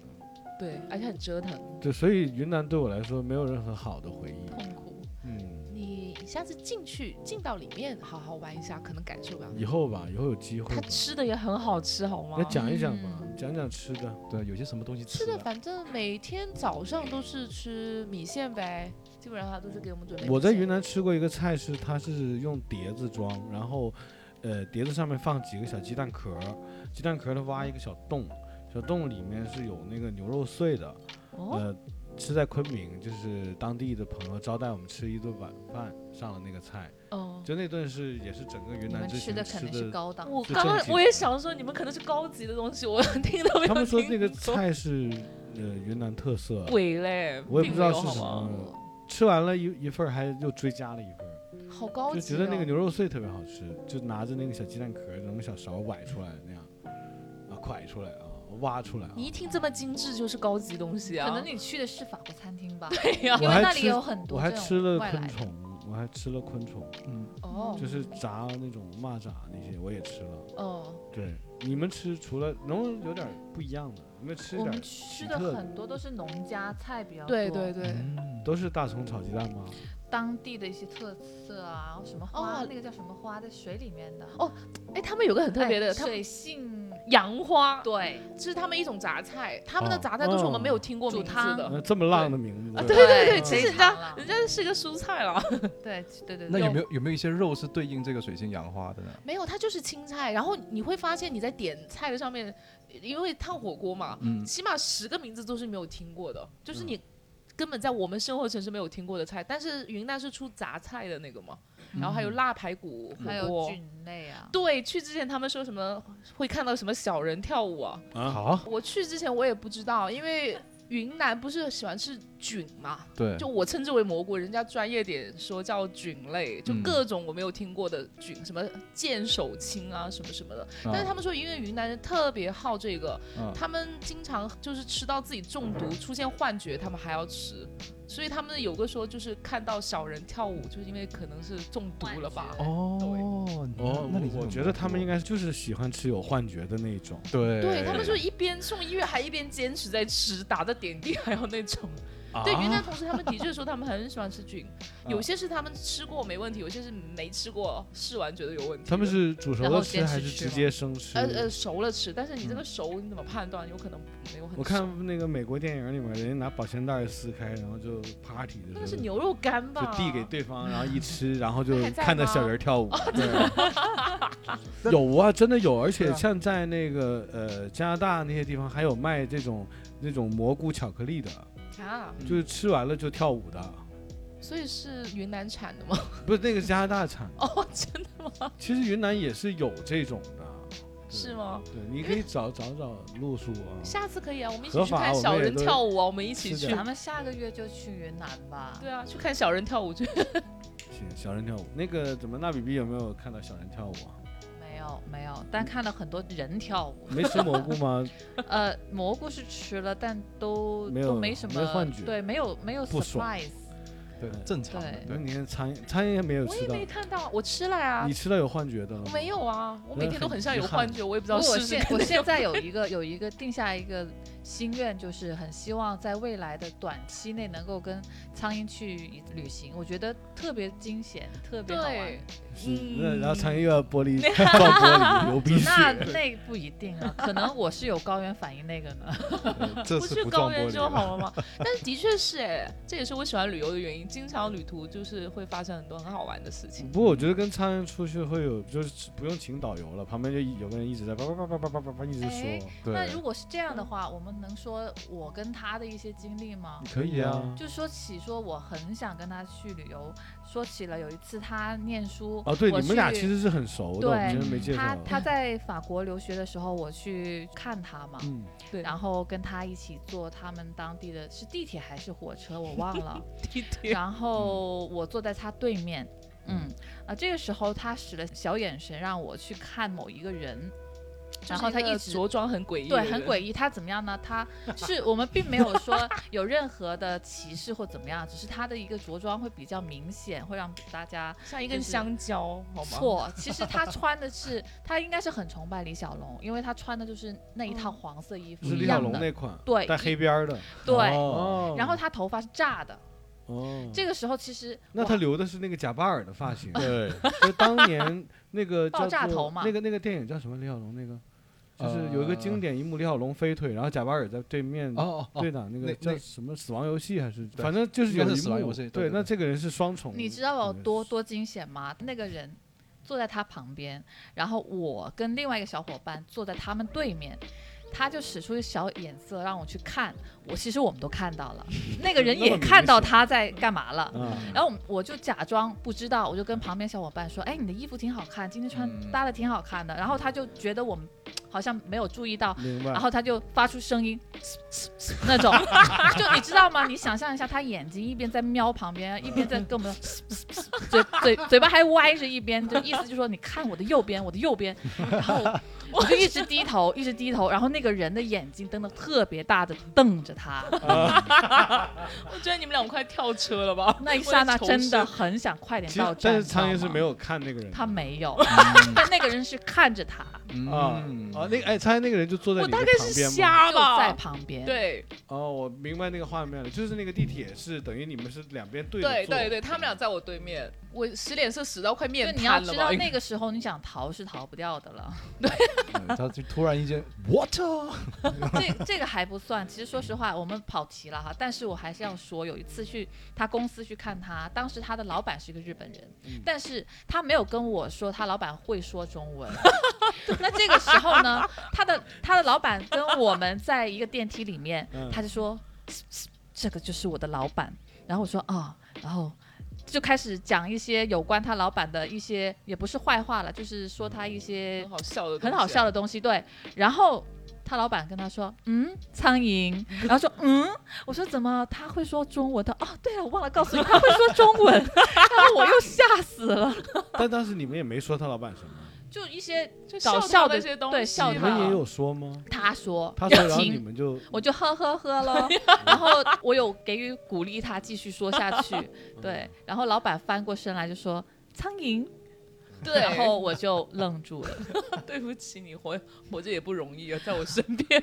Speaker 3: 对，而且很折腾。
Speaker 1: 对，所以云南对我来说没有任何好的回忆。
Speaker 4: 痛苦。
Speaker 1: 嗯，
Speaker 3: 你下次进去进到里面好好玩一下，可能感受不了。
Speaker 1: 以后吧，以后有机会
Speaker 3: 它
Speaker 1: 吧。
Speaker 3: 吃的也很好吃，好吗
Speaker 1: 那？讲一讲啊吧，
Speaker 4: 嗯
Speaker 1: 讲讲吃的。
Speaker 2: 对，有些什么东西
Speaker 3: 吃
Speaker 2: 吃
Speaker 3: 的
Speaker 2: 的，
Speaker 3: 反正每天早上都是吃米线呗，基本上它都是给我们准备。
Speaker 1: 我在云，南吃过一个菜是，它是用碟子装，然后，呃，碟子上面放几个小鸡蛋壳儿，鸡蛋壳儿它挖一个小洞，小洞里面是有那个牛肉碎的，
Speaker 3: 哦，
Speaker 1: 呃，吃在昆明，就是当地的朋友招待我们吃一顿晚饭，上了那个菜，
Speaker 3: 哦，
Speaker 1: 就那顿是也是整个云
Speaker 4: 你
Speaker 1: 南
Speaker 4: 们
Speaker 1: 之
Speaker 4: 吃
Speaker 1: 前
Speaker 4: 的肯
Speaker 1: 吃
Speaker 4: 定是
Speaker 1: 的。
Speaker 4: 高档，
Speaker 3: 我
Speaker 1: 是
Speaker 3: 刚刚
Speaker 1: 正经
Speaker 3: 我也
Speaker 1: 的
Speaker 3: 想说，你们可能是高级的东西，我 听都没有
Speaker 1: 他们说那个
Speaker 3: 听说
Speaker 1: 菜是呃云南特色，
Speaker 3: 鬼嘞，
Speaker 1: 我也不
Speaker 3: 并
Speaker 1: 知道
Speaker 3: 没有
Speaker 4: 哦
Speaker 1: 是
Speaker 3: 好
Speaker 1: 什
Speaker 3: 吗
Speaker 1: 么，吃完了一一份儿还又追加了一份儿。
Speaker 3: 好高级、
Speaker 1: 就
Speaker 3: 哦，
Speaker 1: 觉得那个牛肉碎特别好吃，就拿着那个小鸡蛋壳，用小勺崴出来那样，啊，蒯出来啊，挖出来啊。
Speaker 3: 你一听这么精致就是高级东西啊，
Speaker 4: 可 能你去的是法国餐厅吧，
Speaker 3: 对呀、
Speaker 4: 因
Speaker 1: 我
Speaker 4: 为
Speaker 1: 还
Speaker 4: 那里
Speaker 1: 吃
Speaker 4: 有很多
Speaker 1: 我还
Speaker 4: 这种
Speaker 1: 吃了
Speaker 4: 外来
Speaker 1: 昆
Speaker 4: 的
Speaker 1: 虫，我还吃了昆虫，
Speaker 2: 嗯，
Speaker 3: 哦
Speaker 1: 就是炸那种蚂蚱那些我也吃了。
Speaker 3: 哦，
Speaker 1: 对，你们吃除了能不能有点不一样的？你们吃
Speaker 4: 我
Speaker 1: 点
Speaker 4: 们
Speaker 1: 儿
Speaker 4: 吃
Speaker 1: 奇
Speaker 4: 的
Speaker 1: 特
Speaker 4: 很多都是农家菜比较多，
Speaker 3: 对对，对，
Speaker 2: 嗯
Speaker 1: 都是大葱炒鸡蛋吗？
Speaker 4: 当地的一些特色啊，然后什么花，
Speaker 3: 哦
Speaker 4: 那个叫什么花，在水里面的，
Speaker 3: 哦哎，他们有个很特别的，
Speaker 4: 哎
Speaker 3: 他们
Speaker 4: 水性，
Speaker 3: 杨花，
Speaker 4: 对
Speaker 3: 这是他们一种杂菜，他们的
Speaker 1: 哦
Speaker 3: 杂菜都是我们没有听过
Speaker 4: 煮
Speaker 3: 名字
Speaker 4: 汤
Speaker 3: 的。
Speaker 1: 呃，这么浪的名字。
Speaker 3: 啊 啊，对对对，
Speaker 1: 嗯
Speaker 3: 其实
Speaker 4: 非
Speaker 3: 人家
Speaker 4: 常
Speaker 3: 人家是个蔬菜了，
Speaker 4: 对对对
Speaker 2: 那
Speaker 4: 对，
Speaker 2: 有没有有没有一些肉是对应这个水性杨花的呢？
Speaker 3: 没有，它就是青菜。然后你会发现你在点菜的上面，因为烫火锅嘛，
Speaker 2: 嗯
Speaker 3: 起码十个名字都是没有听过的，就是
Speaker 1: 嗯
Speaker 3: 你根本在我们生活城市没有听过的菜。但是云南是出杂菜的那个嘛，然后还有腊排骨火锅，
Speaker 4: 还有菌类啊，
Speaker 3: 对，去之前他们说什么会看到什么小人跳舞啊？
Speaker 1: 啊，
Speaker 2: 好，
Speaker 3: 我去之前我也不知道，因为云南不是喜欢吃菌嘛，
Speaker 2: 对，嗯
Speaker 3: 就我称之为蘑菇，人家专业点说叫菌类，就
Speaker 2: 嗯
Speaker 3: 各种我没有听过的菌，什么剑手青啊，什么什么的。但是他们说，因为云南人特别好这个，
Speaker 2: 嗯
Speaker 3: 他们经常就是吃到自己中毒，出现幻觉，他们还要吃。所以他们有个说，就是看到小人跳舞，就是因为可能是中毒了吧
Speaker 4: 幻？觉
Speaker 2: 哦，
Speaker 1: 哦，
Speaker 2: 那你
Speaker 1: 我我觉得他们应该就是喜欢吃有幻觉的那种。
Speaker 2: 对
Speaker 3: 对他们说，一边送医院还一边坚持在吃，打着点滴还要那种。
Speaker 1: 啊
Speaker 3: 对云南同事，他们的确说他们很喜欢吃 菌，
Speaker 1: 嗯
Speaker 3: 有些是他们吃过没问题，有些是没吃过试完觉得有问题。
Speaker 1: 他们是煮熟
Speaker 4: 然
Speaker 1: 了
Speaker 4: 后
Speaker 1: 吃
Speaker 4: 坚持
Speaker 1: 还是
Speaker 4: 吃
Speaker 1: 直
Speaker 4: 吗
Speaker 1: 接生吃？
Speaker 3: 呃呃熟了吃，但是你这个熟你怎么判断？有可能没有很熟。
Speaker 1: 嗯我看那个美国电影里面，人家拿保鲜袋撕开，然后就 party 的时候，
Speaker 3: 那个是牛肉干吧？
Speaker 1: 就递给对方，然后一吃，然后就
Speaker 3: 啊那还在
Speaker 1: 看着
Speaker 3: 吗哦
Speaker 1: 小人跳舞。对有啊，真的有，而且
Speaker 2: 是啊
Speaker 1: 像在那个呃加拿大那些地方，还有卖这种那种蘑菇巧克力的，
Speaker 3: 啊，
Speaker 2: 嗯
Speaker 1: 就是吃完了就跳舞的。
Speaker 3: 所以是云南产的吗？
Speaker 1: 不是那个是加拿大产的，
Speaker 3: 哦，真的
Speaker 1: 其实云南也是有这种的。对
Speaker 3: 是？吗？
Speaker 1: 对，你可以找找找路数 啊。
Speaker 3: 下次可以啊，我们一起
Speaker 1: 合
Speaker 3: 去
Speaker 1: 法
Speaker 3: 看
Speaker 1: 我们
Speaker 3: 小
Speaker 1: 也
Speaker 3: 人
Speaker 1: 都
Speaker 3: 跳舞啊，我们一起
Speaker 1: 是
Speaker 3: 去
Speaker 1: 的。
Speaker 4: 咱们下个月就去云南吧，
Speaker 3: 对啊，去看小人跳舞去。
Speaker 1: 行，小人跳舞。那个怎么，那比比有没有看到小人跳舞啊？
Speaker 4: 没有没有，但看了很多人跳舞，
Speaker 1: 没吃蘑菇吗？
Speaker 4: 呃，蘑菇是吃了，但都
Speaker 1: 没有
Speaker 4: 都没什
Speaker 1: 没
Speaker 4: 么
Speaker 1: 幻觉
Speaker 4: 对，没有没有
Speaker 1: 不爽
Speaker 4: surprise，
Speaker 2: 对正常的，
Speaker 4: 对
Speaker 1: 那
Speaker 2: 对，
Speaker 1: 你看苍蝇，苍蝇也没有
Speaker 3: 我
Speaker 1: 吃
Speaker 3: 也
Speaker 1: 到，
Speaker 3: 没看到，我吃了呀
Speaker 1: 你，吃到有幻觉的了
Speaker 3: 我
Speaker 1: 吗？
Speaker 3: 没有啊，我每
Speaker 1: 那
Speaker 3: 天都
Speaker 1: 很
Speaker 3: 很像
Speaker 1: 遗
Speaker 3: 有
Speaker 1: 憾
Speaker 3: 幻觉，我也不知道
Speaker 4: 不过我
Speaker 3: 是是
Speaker 4: 现
Speaker 3: 肯
Speaker 4: 我
Speaker 3: 定
Speaker 4: 现在 有一个有一个定下一个心愿，就是很希望在未来的短期内能够跟苍蝇去旅行，我觉得特别惊险，特别好玩
Speaker 3: 对。，
Speaker 1: 是
Speaker 3: 嗯
Speaker 1: 那然后苍蝇又要玻璃放玻璃流鼻
Speaker 4: 那
Speaker 1: 血，
Speaker 4: 那不一定啊，可能我是有高原反应那个呢。
Speaker 2: 对这
Speaker 3: 不
Speaker 2: 次
Speaker 3: 去
Speaker 2: 不
Speaker 3: 高
Speaker 2: 撞玻璃
Speaker 3: 原
Speaker 2: 了
Speaker 3: 就好 了嘛。但是的确是哎，这也是我喜欢旅游的原因。经常旅途就是会发生很多很好玩的事情。
Speaker 1: 不过我觉得跟苍蝇出去会有，就是不用请导游了，旁边就有个人一直在叭叭叭叭叭叭叭叭一直
Speaker 4: 哎
Speaker 1: 说，
Speaker 2: 对
Speaker 4: 那如果是这样的话，我们能说我跟他的一些经历吗？
Speaker 1: 可以啊。
Speaker 4: 就说起说我很想跟他去旅游，说起了有一次他念书，
Speaker 1: 哦，对，
Speaker 4: 我
Speaker 1: 你们俩
Speaker 4: 去
Speaker 1: 其实是很熟的，
Speaker 4: 对
Speaker 1: 我们今天没介
Speaker 4: 他
Speaker 1: 绍。
Speaker 4: 他在法国留学的时候，我去看他嘛，
Speaker 1: 嗯，
Speaker 3: 对，
Speaker 4: 然后跟他一起坐他们当地的是地铁还是火车，我忘 了。
Speaker 3: 地铁，
Speaker 4: 然后我坐在他对面，嗯，啊，这个时候他使了小眼神让我去看某一个人，然后他一直
Speaker 3: 着装很诡异，
Speaker 4: 对，很诡。异。他怎么样呢？他是我们并没 有说有任何的歧视或怎么样，只是他的一个着装会比较明显，会让大家
Speaker 3: 像一根
Speaker 4: 就是
Speaker 3: 香蕉，好吗？
Speaker 4: 错。其实他穿的是，他应该是很崇拜李小龙，因为他穿的就是那一套
Speaker 3: 嗯
Speaker 4: 黄色衣服
Speaker 1: 就是
Speaker 4: 一
Speaker 1: 李小
Speaker 4: 样
Speaker 1: 龙
Speaker 4: 的，
Speaker 1: 那款，
Speaker 4: 对
Speaker 1: 带
Speaker 4: 一
Speaker 1: 黑边儿的。
Speaker 4: 对。
Speaker 2: 哦，
Speaker 1: 哦，
Speaker 4: 然后他头发是炸的，
Speaker 1: 哦，
Speaker 4: 这个时候其实
Speaker 1: 那
Speaker 4: 我
Speaker 1: 他留的是那个贾巴尔的发型，
Speaker 2: 啊对，
Speaker 1: 就当年那个叫
Speaker 4: 爆炸
Speaker 1: 做
Speaker 4: 头嘛
Speaker 1: 那个那个电影叫什么？李小龙那个，就是有一个经典一幕，李小龙飞腿，然后贾巴尔在对面
Speaker 2: 哦哦，
Speaker 1: 对打那个
Speaker 2: 那
Speaker 1: 叫
Speaker 2: 那
Speaker 1: 什么死亡游戏还是，
Speaker 2: 对
Speaker 1: 反正就是
Speaker 2: 应该
Speaker 1: 有
Speaker 2: 是
Speaker 1: 一
Speaker 2: 死亡
Speaker 1: 幕
Speaker 2: 游戏对
Speaker 1: 对，
Speaker 2: 对
Speaker 1: 那
Speaker 2: 对
Speaker 1: 这个人是双重，
Speaker 4: 你知道有
Speaker 1: 对
Speaker 4: 多多惊险吗？那个人坐在他旁边，然后我跟另外一个小伙伴坐在他们对面。他就使出小眼色让我去看，我其实我们都看到 了，那个人
Speaker 1: 那么
Speaker 4: 也
Speaker 1: 明
Speaker 4: 看到
Speaker 1: 显
Speaker 4: 他在干嘛了。
Speaker 2: 嗯
Speaker 1: 啊，
Speaker 4: 然后我们我就假装不知道，我就跟旁边小伙伴说：“哎，你的衣服挺好看，今天穿
Speaker 2: 嗯
Speaker 4: 搭的挺好看的。”然后他就觉得我们好像没有注意到，
Speaker 1: 明白
Speaker 4: 然。后他就发出声音，那种， 就你知道吗？你想象一下，他眼睛一边在瞄 旁边，一边在跟我们嘴嘴嘴巴还歪着一边，就意思就是说你看我的右边，我的右边。然后我就一直低头， 一直低头，然后那个人的眼睛瞪得特别大的瞪着 他，
Speaker 3: 我觉得你们俩快跳车了吧？
Speaker 4: 那一刹那
Speaker 3: 我求
Speaker 4: 真的
Speaker 3: 生
Speaker 4: 很想快点
Speaker 1: 其
Speaker 4: 到
Speaker 1: 实，
Speaker 4: 站。
Speaker 1: 但是苍蝇是没
Speaker 4: 有，
Speaker 1: 有看那个人的，
Speaker 4: 他没有， 但那个人是看着他，
Speaker 2: 嗯
Speaker 1: 啊啊，那个哎，苍蝇那个人就坐在
Speaker 3: 我
Speaker 1: 你的
Speaker 3: 大
Speaker 1: 旁
Speaker 3: 概是
Speaker 1: 边吗？
Speaker 3: 瞎
Speaker 4: 就在
Speaker 3: 吧？
Speaker 4: 旁边。
Speaker 3: 对
Speaker 1: 哦，我明白那个画面了，就是那个地铁是等于你们是两边对着
Speaker 3: 对
Speaker 1: 坐
Speaker 3: 对对，他们俩在我对面，我使脸色使到快
Speaker 4: 就
Speaker 3: 面
Speaker 4: 你要
Speaker 3: 瘫了
Speaker 4: 知
Speaker 3: 吧
Speaker 4: 道，？那个时候你想逃是逃不掉的了。
Speaker 2: 嗯他就突然一 间 what？
Speaker 4: 这这个还不算，其实说实话，我们跑题了哈。但是我还是要说，有一次去他公司去看他，当时他的老板是个日本人，
Speaker 1: 嗯
Speaker 4: 但是他没有跟我说他老板会说中文。 那这个时候呢，他的他的老板跟我们在一个电梯里面，
Speaker 1: 嗯
Speaker 4: 他就说这个就是我的老板，然后我说啊、然后。就开始讲一些有关他老板的一些，也不是坏话了，就是说他一些
Speaker 3: 很好笑的，啊
Speaker 4: 很好笑。的东西，对。然后他老板跟他说，嗯，苍蝇，然后说，嗯，我说怎么他会说中文的？哦，对了，我忘了告诉你，他会说中 文。然后我又吓死了，
Speaker 1: 但当时你们也没说他老板 什么，
Speaker 4: 就一些
Speaker 3: 就
Speaker 4: 搞
Speaker 3: 笑
Speaker 4: 笑
Speaker 3: 的
Speaker 4: 的
Speaker 3: 那些东西，
Speaker 4: 对笑
Speaker 1: 你
Speaker 4: 的
Speaker 1: 们也有说吗？
Speaker 4: 他说，
Speaker 1: 他说，然后你
Speaker 4: 停。
Speaker 1: 们就
Speaker 4: 我就呵呵 呵喽，然后我有给予鼓励他继续说下 去，对，然后老板翻过身来就说苍蝇，
Speaker 3: 对，
Speaker 4: 然后我就愣住 了，
Speaker 3: 对不起，你活活着也不容易啊，在我 身边。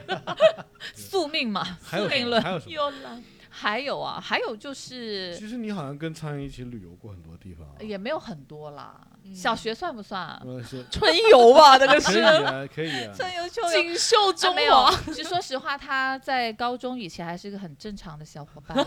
Speaker 4: 宿命嘛，
Speaker 1: 还有
Speaker 4: 宿
Speaker 1: 什
Speaker 4: 命
Speaker 1: 么
Speaker 4: 论。
Speaker 1: 还有什么？
Speaker 3: 又来，
Speaker 4: 还有啊，还有就是
Speaker 1: 嗯其实你好像跟苍蝇一起旅游过很多地方啊，
Speaker 4: 也没有很多啦。
Speaker 3: 嗯
Speaker 4: 小学算不算啊？
Speaker 1: 呃是
Speaker 3: 春游吧，那个
Speaker 1: 可以啊，可以啊，
Speaker 4: 春游秋游。
Speaker 3: 锦绣
Speaker 4: 啊
Speaker 3: 中
Speaker 4: 没有
Speaker 3: 华。，
Speaker 4: 其实说实话，他在高中以前还是个很正常的小伙伴。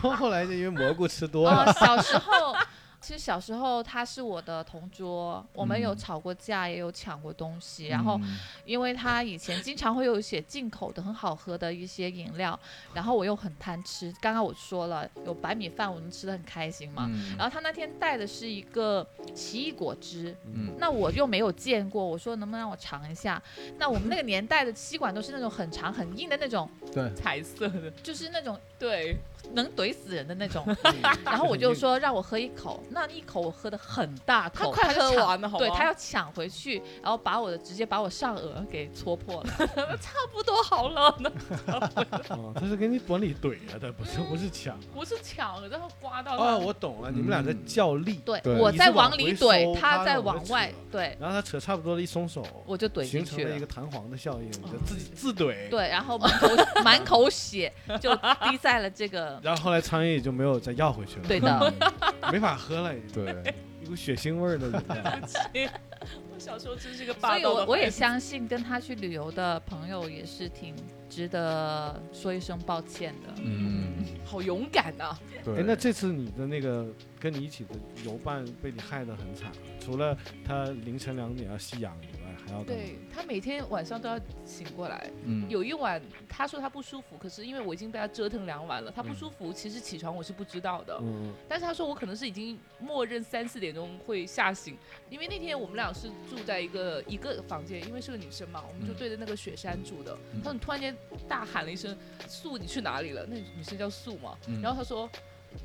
Speaker 1: 后后来就因为蘑菇吃多了，
Speaker 4: 啊，小时候，其实小时候他是我的同桌，我们有
Speaker 2: 嗯
Speaker 4: 吵过架，也有抢过东西。然后，因为他以前经常会有一些进口的很好喝的一些饮料，然后我又很贪吃。刚刚我说了，有白米饭，我们吃的很开心嘛。
Speaker 2: 嗯
Speaker 4: 然后他那天带的是一个奇异果汁，
Speaker 2: 嗯
Speaker 4: 那我又没有见过，我说能不能让我尝一下？那我们那个年代的吸管都是那种很长很硬的那种，
Speaker 2: 对，
Speaker 3: 彩色的，
Speaker 4: 就是那种
Speaker 3: 对，
Speaker 4: 能怼死人的那 种。
Speaker 3: 嗯
Speaker 4: 然后我就说让我喝一口，那一口我喝的很大
Speaker 3: 他
Speaker 4: 口，
Speaker 3: 快
Speaker 4: 就
Speaker 3: 喝
Speaker 4: 抢
Speaker 3: 完了好吗
Speaker 4: 对他要抢回去，然后把我的直接把我上颚给戳破 了，差不多好了，
Speaker 1: 啊，他是给你往里怼啊，他不是不是抢
Speaker 3: 不是抢，然后刮到
Speaker 1: 啊，
Speaker 3: 他。
Speaker 1: 我懂了，你们俩在较力，
Speaker 4: 对
Speaker 2: 对
Speaker 4: 我
Speaker 1: 你
Speaker 4: 在
Speaker 1: 是往
Speaker 4: 往里
Speaker 1: 回
Speaker 4: 怼，
Speaker 1: 收
Speaker 4: 他
Speaker 1: 他
Speaker 4: 在
Speaker 1: 往
Speaker 4: 往
Speaker 1: 回
Speaker 4: 外
Speaker 1: 扯，
Speaker 4: 对，
Speaker 1: 然后他扯差不多了，一松手，
Speaker 4: 我就怼
Speaker 1: 形
Speaker 4: 进
Speaker 1: 成
Speaker 4: 去
Speaker 1: 了一
Speaker 4: 了
Speaker 1: 个。弹簧的效应，你就自己自怼，
Speaker 4: 对，然后满口 满口血就滴在了这个，
Speaker 1: 然后后来苍蝇也就没有再要回去了，
Speaker 4: 对的，
Speaker 1: 没法喝了，已经
Speaker 2: 嗯对，
Speaker 1: 一股血腥味儿的饮料。
Speaker 3: 我小时候真是个
Speaker 4: 所
Speaker 3: 霸
Speaker 4: 以
Speaker 3: 道的
Speaker 4: 我我也
Speaker 3: 孩子
Speaker 4: 相信跟他去旅游的朋友也是挺值得说一声抱歉的。
Speaker 2: 嗯
Speaker 3: 好勇敢啊呐、
Speaker 1: 哎，那
Speaker 2: 对，
Speaker 1: 这次你的那个跟你一起的游伴被你害得很惨，除了他凌晨两点要吸氧以外，还要等。
Speaker 3: 对他每天晚上都要醒过来。
Speaker 2: 嗯，
Speaker 3: 有一晚他说他不舒服，可是因为我已经被他折腾两晚了，他不
Speaker 1: 嗯
Speaker 3: 舒服，其实起床我是不知道的。
Speaker 1: 嗯，
Speaker 3: 但是他说我可能是已经默认三四点钟会吓醒，因为那天我们俩是住在一个一个房间，因为是个女生嘛，我们就
Speaker 2: 嗯
Speaker 3: 对着那个雪山住的。
Speaker 2: 嗯
Speaker 3: 他说你突然间大喊了一声“素，你去哪里了？”那女生叫素嘛，
Speaker 2: 嗯
Speaker 3: 然后他说。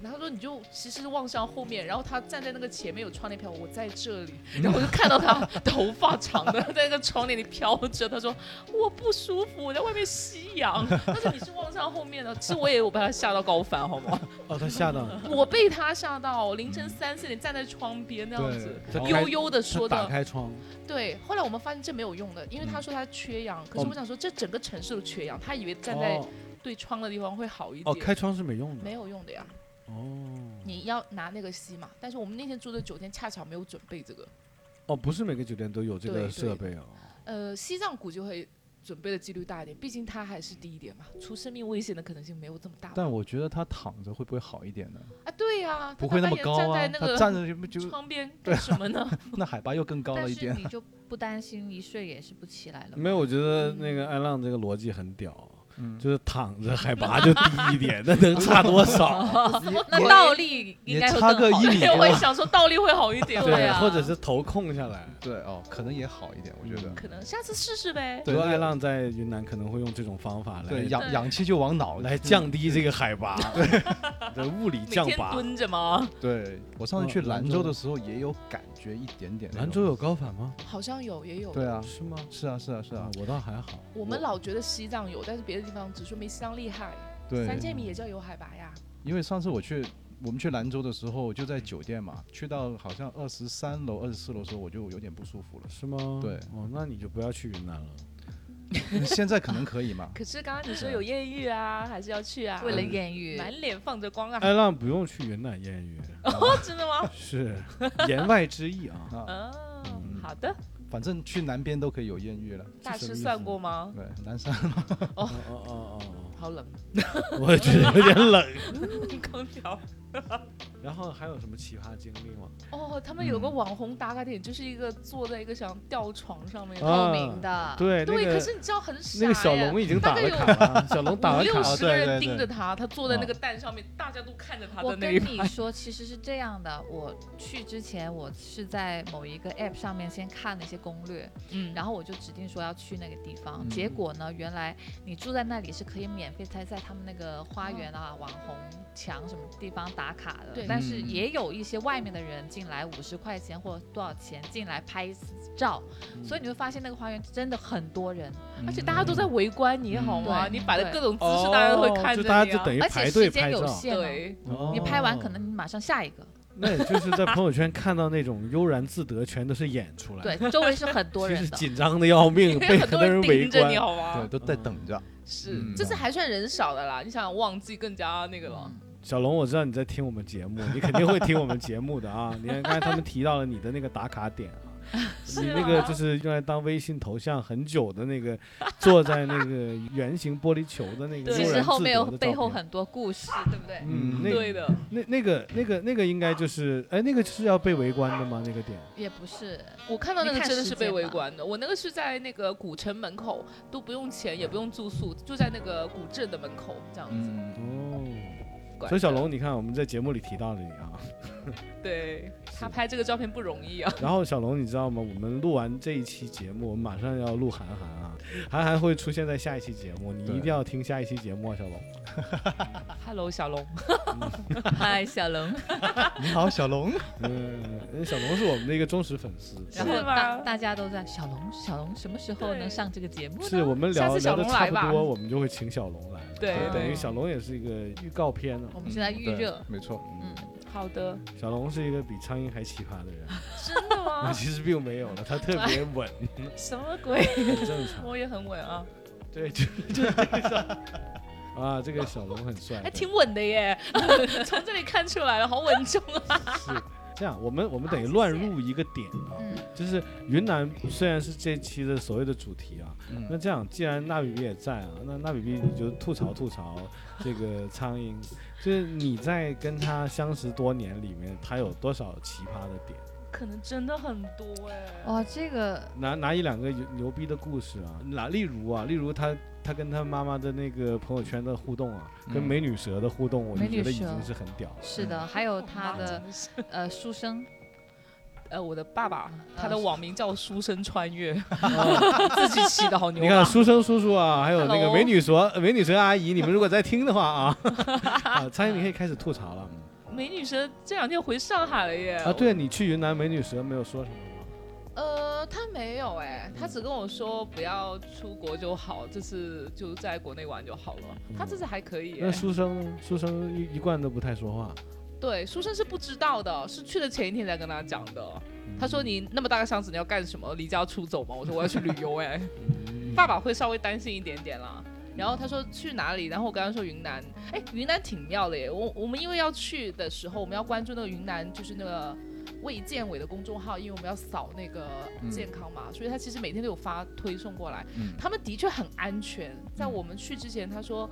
Speaker 3: 然后他说你就其实望向后面，然后他站在那个前面有窗帘飘，我在这里，然后我就看到他头发长的在那个窗帘里飘着。他说我不舒服，我在外面吸氧。他说你是望向后面的，其实我也有把他吓到高反，好吗？
Speaker 1: 哦，他吓到 你，
Speaker 3: 我被他吓到，凌晨三四点站在窗边那样子，
Speaker 2: 对
Speaker 1: 他开
Speaker 3: 悠悠的说
Speaker 1: 他打
Speaker 3: 的，
Speaker 1: 开窗，
Speaker 3: 对。后来我们发现这没有用的，因为
Speaker 2: 嗯哦
Speaker 3: 他说他缺氧，可是我想说这整个城市都缺氧，他以为站在
Speaker 1: 哦
Speaker 3: 对窗的地方会好一
Speaker 1: 哦，
Speaker 3: 点，
Speaker 1: 开窗是没用的，
Speaker 3: 没有用的呀。
Speaker 1: 哦
Speaker 3: 你要拿那个吸嘛，但是我们那天住的酒店恰巧没有准备这个，
Speaker 1: 哦，不是每个酒店都有这
Speaker 3: 对
Speaker 1: 个
Speaker 3: 对
Speaker 1: 设备哦。
Speaker 3: 呃，西藏谷就会准备的几率大一点，毕竟它还是低一点嘛，出生命危险的可能性没有这么大
Speaker 2: 但我觉得他躺着会不会好一点呢？
Speaker 3: 啊。对呀、他
Speaker 2: 不会那
Speaker 3: 大
Speaker 2: 么
Speaker 3: 半夜
Speaker 2: 高啊，
Speaker 3: 站在那
Speaker 2: 他
Speaker 3: 个
Speaker 2: 站着就不就
Speaker 3: 窗边干什么 呢？
Speaker 2: 那海拔又更高
Speaker 4: 但
Speaker 2: 了一
Speaker 4: 是
Speaker 2: 点。
Speaker 4: 你就不担心一睡也是不起来
Speaker 3: 嗯
Speaker 4: 了吗？
Speaker 1: 没有，我觉得那个艾浪这个逻辑很屌，
Speaker 2: 嗯，
Speaker 1: 就是躺着海拔就低一点，那能差多 少？
Speaker 4: 那倒立应
Speaker 2: 也
Speaker 4: 该会
Speaker 2: 差
Speaker 4: 更
Speaker 2: 个
Speaker 4: 好
Speaker 2: 一
Speaker 4: 一
Speaker 2: 米
Speaker 4: 点
Speaker 2: 多
Speaker 3: 我也想说倒立会好一 点，
Speaker 4: 对啊
Speaker 1: 或者是头空下来。
Speaker 2: 对哦，可能也好一点，我觉得。
Speaker 3: 可能下次试试呗。
Speaker 1: 比
Speaker 2: 对
Speaker 1: 如
Speaker 2: 对
Speaker 1: 艾浪在云南可能会用这种方法
Speaker 2: 对，
Speaker 1: 来
Speaker 2: 氧氧气就往脑
Speaker 1: 来降低这个海拔，对，
Speaker 2: 嗯
Speaker 1: 的物理
Speaker 3: 每
Speaker 1: 降
Speaker 3: 天
Speaker 1: 拔。
Speaker 3: 蹲着吗？
Speaker 2: 对我上次去
Speaker 1: 嗯
Speaker 2: 兰
Speaker 1: 兰
Speaker 2: 州
Speaker 1: 州
Speaker 2: 的时候也有感觉一点点那种。
Speaker 1: 兰州有高反吗？
Speaker 3: 好像有，也有。
Speaker 2: 对啊，
Speaker 1: 是吗？
Speaker 2: 是啊，是啊，是啊，，
Speaker 1: 我倒还好。。
Speaker 3: 我们老觉得西藏有，但是别的地方只说没西藏厉害。
Speaker 2: 对，
Speaker 3: 三千米也叫有海拔呀。
Speaker 2: 因为上次我去我们去兰州的时候就在酒店嘛，去到好像二十三楼、二十四楼的时候我就有点不舒服了
Speaker 1: 是吗？
Speaker 2: 对
Speaker 1: 哦，那你就不要去云南了。
Speaker 2: 你现在可能可以嘛？
Speaker 3: 可是刚刚你说有艳遇啊，还是要去啊？
Speaker 4: 为了艳遇，
Speaker 3: 满脸放着光啊！
Speaker 1: 艾浪不用去云南艳遇，
Speaker 3: 哦， 真的吗？
Speaker 1: 是言外之意啊。
Speaker 2: 啊，
Speaker 3: 哦，好的。
Speaker 2: 反正去南边都可以有艳遇了。
Speaker 3: 大
Speaker 1: 嗯什么
Speaker 3: 师
Speaker 1: 意思
Speaker 3: 算过吗？
Speaker 2: 对，南山
Speaker 1: 哦哦哦哦
Speaker 3: 好
Speaker 4: 啊
Speaker 3: 冷，
Speaker 1: 哦，我也觉得有点冷。
Speaker 3: 空调。
Speaker 1: 然后还有什么奇葩经历吗？
Speaker 3: 哦，他们有
Speaker 1: 嗯
Speaker 3: 个网红打卡点，就是一个坐在一个像吊床上面。
Speaker 1: 啊
Speaker 4: 透明的，
Speaker 1: 对，
Speaker 3: 对，
Speaker 1: 那
Speaker 3: 可
Speaker 1: 个
Speaker 3: 是你知道很傻
Speaker 1: 那
Speaker 3: 呀。
Speaker 1: 个小龙已经
Speaker 3: 大
Speaker 1: 打
Speaker 3: 概
Speaker 1: 了
Speaker 3: 有
Speaker 1: 卡了，小龙打了
Speaker 3: 五
Speaker 1: 卡
Speaker 3: 六
Speaker 1: 了
Speaker 3: 十
Speaker 2: 对
Speaker 3: 个
Speaker 2: 对
Speaker 3: 人
Speaker 2: 对
Speaker 3: 盯着他，他坐在
Speaker 2: 啊
Speaker 3: 那个蛋上面，大家都看着他
Speaker 4: 我
Speaker 3: 的那
Speaker 4: 跟
Speaker 3: 一
Speaker 4: 你
Speaker 3: 排。
Speaker 4: 说，其实是这样的，我去之前我是在某一个 app 上面先看了一些攻略，
Speaker 3: 嗯
Speaker 4: 然后我就指定说要去那个地方，
Speaker 2: 嗯
Speaker 4: 结果呢，原来你住在那里是可以免费在在他们那个花园啊、网红墙什么地方打卡的，
Speaker 3: 对
Speaker 4: 但是
Speaker 2: 嗯
Speaker 4: 也有一些外面的人进来五十块钱或多少钱进来拍一次照，
Speaker 1: 嗯
Speaker 4: 所以你会发现那个花园真的很多人，
Speaker 3: 而且大家都在围观你，好吗？
Speaker 4: 嗯
Speaker 3: 你摆的
Speaker 4: 对
Speaker 3: 各种姿势，大家都会看着
Speaker 1: 哦就
Speaker 3: 你
Speaker 1: 大
Speaker 3: 啊。
Speaker 1: 家就等于
Speaker 4: 而且
Speaker 1: 排
Speaker 4: 时
Speaker 1: 队
Speaker 4: 间
Speaker 1: 拍
Speaker 4: 有
Speaker 1: 照。
Speaker 4: 限、哦。
Speaker 3: 对，
Speaker 1: 哦
Speaker 4: 你拍完可能你马上下一个，
Speaker 1: 那也就是在朋友圈看到那种悠然自得，全都是演出来。，
Speaker 4: 对，周围是很多
Speaker 1: 其
Speaker 4: 人
Speaker 1: 实
Speaker 4: 的。
Speaker 1: 紧张的要命，
Speaker 3: 因
Speaker 1: 被
Speaker 3: 为很多
Speaker 1: 多
Speaker 3: 人
Speaker 1: 人围
Speaker 3: 盯着
Speaker 1: 观
Speaker 3: 你，。好
Speaker 2: 对
Speaker 3: 吗？
Speaker 2: 都在等着。
Speaker 3: 是
Speaker 2: 嗯，
Speaker 3: 这次还算人少的啦。你想旺季更加那个了。
Speaker 1: 小龙，我知道你在听我们节目，你肯定会听我们节目的啊！你看刚才他们提到了你的那个打卡点啊，你那个就是用来当微信头像很久的那个，坐在那个圆形玻璃球的那个悠然自得的照
Speaker 4: 其
Speaker 1: 片。
Speaker 4: 实后面有背后很多 故事，对不对？
Speaker 1: 嗯，那
Speaker 3: 对的，
Speaker 1: 那那个那个那个应该就是，哎，那个是要被围观的吗？那个点？
Speaker 4: 也不是，
Speaker 3: 我看到那个
Speaker 4: 你看
Speaker 3: 真的
Speaker 4: 时
Speaker 3: 是
Speaker 4: 间
Speaker 3: 被围
Speaker 4: 吧
Speaker 3: 观的。我那个是在那个古城门口，都不用钱，也不用住宿，就在那个古镇的门口这样子。
Speaker 2: 嗯，
Speaker 1: 哦，
Speaker 3: 管
Speaker 1: 所以小
Speaker 3: 着
Speaker 1: 龙，你看我们在节目里提到了你啊，
Speaker 3: 对他
Speaker 1: 是
Speaker 3: 拍这个照片不容易啊。
Speaker 1: 然后小龙，你知道吗？我们录完这一期节目，我们马上要录韩寒啊，韩寒会出现在下一期节目，你一
Speaker 2: 对
Speaker 1: 定要听下一期节目啊，小龙。
Speaker 3: Hello，小龙，
Speaker 4: 嗨，小龙，
Speaker 2: 你好，小龙。
Speaker 1: 嗯，小龙是我们的一个忠实粉丝，
Speaker 4: 然
Speaker 1: 是
Speaker 4: 后大
Speaker 3: 吗
Speaker 4: 大家都在小龙，小龙什么时候能
Speaker 3: 对
Speaker 4: 上这个节目呢？
Speaker 1: 是我们
Speaker 3: 下
Speaker 1: 聊
Speaker 3: 次小
Speaker 1: 聊的
Speaker 3: 龙
Speaker 1: 差
Speaker 3: 来吧
Speaker 1: 不多，我们就会请小龙来。
Speaker 3: 对
Speaker 1: 等于
Speaker 4: 对
Speaker 1: 小龙也是一个预告片呢、
Speaker 4: 我们现在预热
Speaker 2: 对，没错。
Speaker 4: 嗯，
Speaker 3: 好的，
Speaker 1: 小龙是一个比苍蝇还奇葩的人，
Speaker 3: 真的
Speaker 1: 那
Speaker 3: 吗？
Speaker 1: 其实并没有了，他特
Speaker 3: 啊
Speaker 1: 别稳，
Speaker 3: 什么鬼？
Speaker 1: 很正常。
Speaker 3: 我也很稳啊，
Speaker 1: 对，就就是这 样啊，这个小龙很帅，对
Speaker 3: 还哎挺稳的耶， 从这里看出来了，好稳重啊。
Speaker 1: 是这样。我们我们等于
Speaker 3: 好谢
Speaker 1: 乱
Speaker 3: 谢
Speaker 1: 入一个点啊，
Speaker 4: 嗯，
Speaker 1: 就是云南虽然是这期的所谓的主题啊，那
Speaker 2: 嗯，
Speaker 1: 这样既然娜比比也在啊，那娜比比你就吐槽吐 槽这个苍蝇，就是你在跟他相识多年里面，他有多少奇葩的点？
Speaker 3: 可能真的很多哎、
Speaker 4: 哇，哦这个
Speaker 1: 拿拿一两个牛牛逼的故事啊，拿例如啊，例如他他跟他妈妈的那个朋友圈的互动啊，跟
Speaker 2: 嗯
Speaker 1: 美女蛇的互动，我就
Speaker 4: 美女
Speaker 1: 觉得已
Speaker 4: 蛇
Speaker 1: 经是很屌了。
Speaker 4: 是的，还有
Speaker 3: 我妈
Speaker 4: 他的
Speaker 3: 真是
Speaker 4: 呃书生，
Speaker 3: 呃，我的爸爸，他
Speaker 4: 呃
Speaker 3: 的网名叫书生穿越， 自己起的好牛
Speaker 1: 你看
Speaker 3: 啊！
Speaker 1: 书生叔叔啊，还有那个
Speaker 3: Hello
Speaker 1: 美女蛇美女蛇阿姨，你们如果在听的话 啊，啊，苍蝇你可以开始吐槽了
Speaker 3: 美女蛇这两天回上海了耶！
Speaker 1: 啊。对你去云南美女蛇没有说什么吗？
Speaker 3: 呃，他没有哎、他只跟我说不要出国就好，这次就在国内玩就好了。他这次还可以、
Speaker 1: 那
Speaker 3: 哎
Speaker 1: 书生呢书生一一贯都不太说话，
Speaker 3: 对，书生是不知道的，是去了前一天才跟他讲的。他
Speaker 2: 嗯
Speaker 3: 说：“你那么大个箱子，你要干什么？离家出走吗？”我说：“我要去旅游。”哎，
Speaker 2: 嗯
Speaker 3: 爸爸会稍微担心一点点啦。然后他说去哪里？然后我跟他说云南。哎，云南挺妙的耶。我我们因为要去的时候，我们要关注那个云南，就是那个卫健委的公众号，因为我们要扫那个
Speaker 2: 嗯
Speaker 3: 健康嘛，所以他其实每天都有发推送过来。
Speaker 2: 嗯
Speaker 3: 他们的确很安全。在我们去之前，他说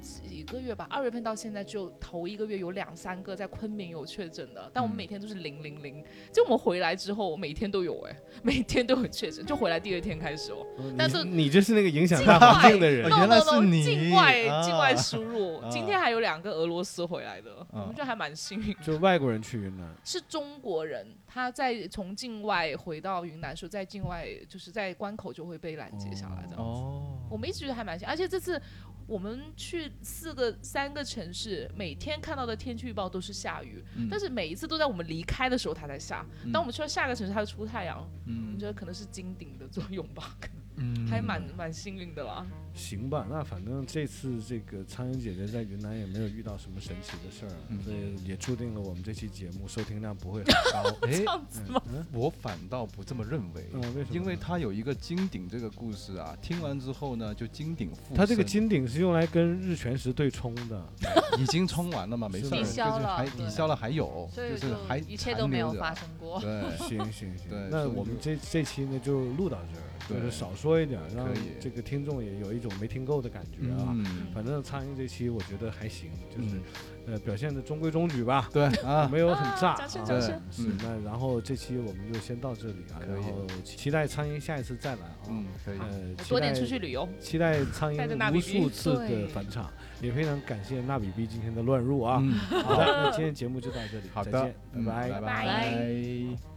Speaker 3: 几个月吧，二月份到现在只有头一个月有两三个在昆明有确诊的，但我们
Speaker 2: 嗯
Speaker 3: 每天都是零零零。就我们回来之后，每天都有哎，每天都有确诊，就回来第二天开始哦。但是
Speaker 1: 你你就是那个影响大环境的人
Speaker 2: 哦，
Speaker 3: no
Speaker 2: 原来
Speaker 3: no
Speaker 2: 是
Speaker 3: no，
Speaker 2: 你
Speaker 3: 境外
Speaker 2: 啊
Speaker 3: 境外输入
Speaker 2: 啊。
Speaker 3: 今天还有两个俄罗斯回来的，我
Speaker 2: 啊
Speaker 3: 们就还蛮幸运。
Speaker 1: 就外国人去云南，
Speaker 3: 是中国人，他在从境外回到云南时候，在境外就是在关口就会被拦截下来的。
Speaker 2: 哦，
Speaker 3: 我们一直觉得还蛮幸运，而且这次我们去四个三个城市，每天看到的天气预报都是下雨，
Speaker 2: 嗯
Speaker 3: 但是每一次都在我们离开的时候它才下。当我们去到下个城市，它就出太阳。我们
Speaker 2: 嗯
Speaker 3: 觉得可能是金顶的作用吧，可能
Speaker 2: 嗯
Speaker 3: 还蛮蛮幸运的啦。
Speaker 1: 行吧，那反正这次这个苍蝇姐姐在云南也没有遇到什么神奇的事儿啊，
Speaker 2: 嗯
Speaker 1: 所以也注定了我们这期节目收听量不会 嗯很高。
Speaker 2: 哎
Speaker 3: 这，样子吗？
Speaker 2: 我反倒不这么认呃为。
Speaker 1: 嗯，为什么呢？
Speaker 2: 因为他有一个金鼎这个故事啊，听完之后呢，就金鼎附
Speaker 1: 它这个金
Speaker 2: 身
Speaker 1: 顶是用来跟日全食对冲的，
Speaker 2: 已经冲完了嘛，没
Speaker 1: 是
Speaker 2: 事儿，
Speaker 1: 抵
Speaker 2: 就是
Speaker 4: 消了
Speaker 2: 还
Speaker 4: 对
Speaker 2: 抵消了，还有，
Speaker 4: 所以
Speaker 2: 是还
Speaker 4: 一切都没有发
Speaker 2: 生。
Speaker 4: 生过。
Speaker 2: 对，
Speaker 1: 行行行，
Speaker 2: 对
Speaker 1: 那
Speaker 2: 所以
Speaker 1: 我们这这期呢就录到这儿，
Speaker 2: 对
Speaker 1: 就是少说一点，让
Speaker 2: 可以
Speaker 1: 这个听众也有一种没听够的感觉啊。
Speaker 2: 嗯，
Speaker 1: 反正苍蝇这期我觉得还行，就是、
Speaker 2: 嗯
Speaker 1: 呃表现的中规中矩吧，
Speaker 2: 对啊，
Speaker 1: 没有很炸。
Speaker 3: 掌声
Speaker 1: 啊
Speaker 3: 掌
Speaker 2: 对
Speaker 3: 声，
Speaker 1: 是，
Speaker 2: 嗯
Speaker 1: 那然后这期我们就先到这里啊，
Speaker 2: 可以
Speaker 1: 然后期待苍蝇下一次再来啊，
Speaker 2: 嗯，可以，
Speaker 1: 呃，期
Speaker 3: 多点
Speaker 1: 待
Speaker 3: 出去旅游。
Speaker 1: 期待苍
Speaker 3: 带着纳
Speaker 1: 蝇无
Speaker 3: 比比
Speaker 1: 数次的
Speaker 4: 对
Speaker 1: 返场，也非常感谢纳比比今天的乱入啊。
Speaker 2: 嗯，
Speaker 1: 好的，那今天节目就到这里，
Speaker 2: 好
Speaker 1: 再
Speaker 2: 的
Speaker 1: 见，，
Speaker 2: 嗯
Speaker 1: 拜拜
Speaker 2: 拜拜。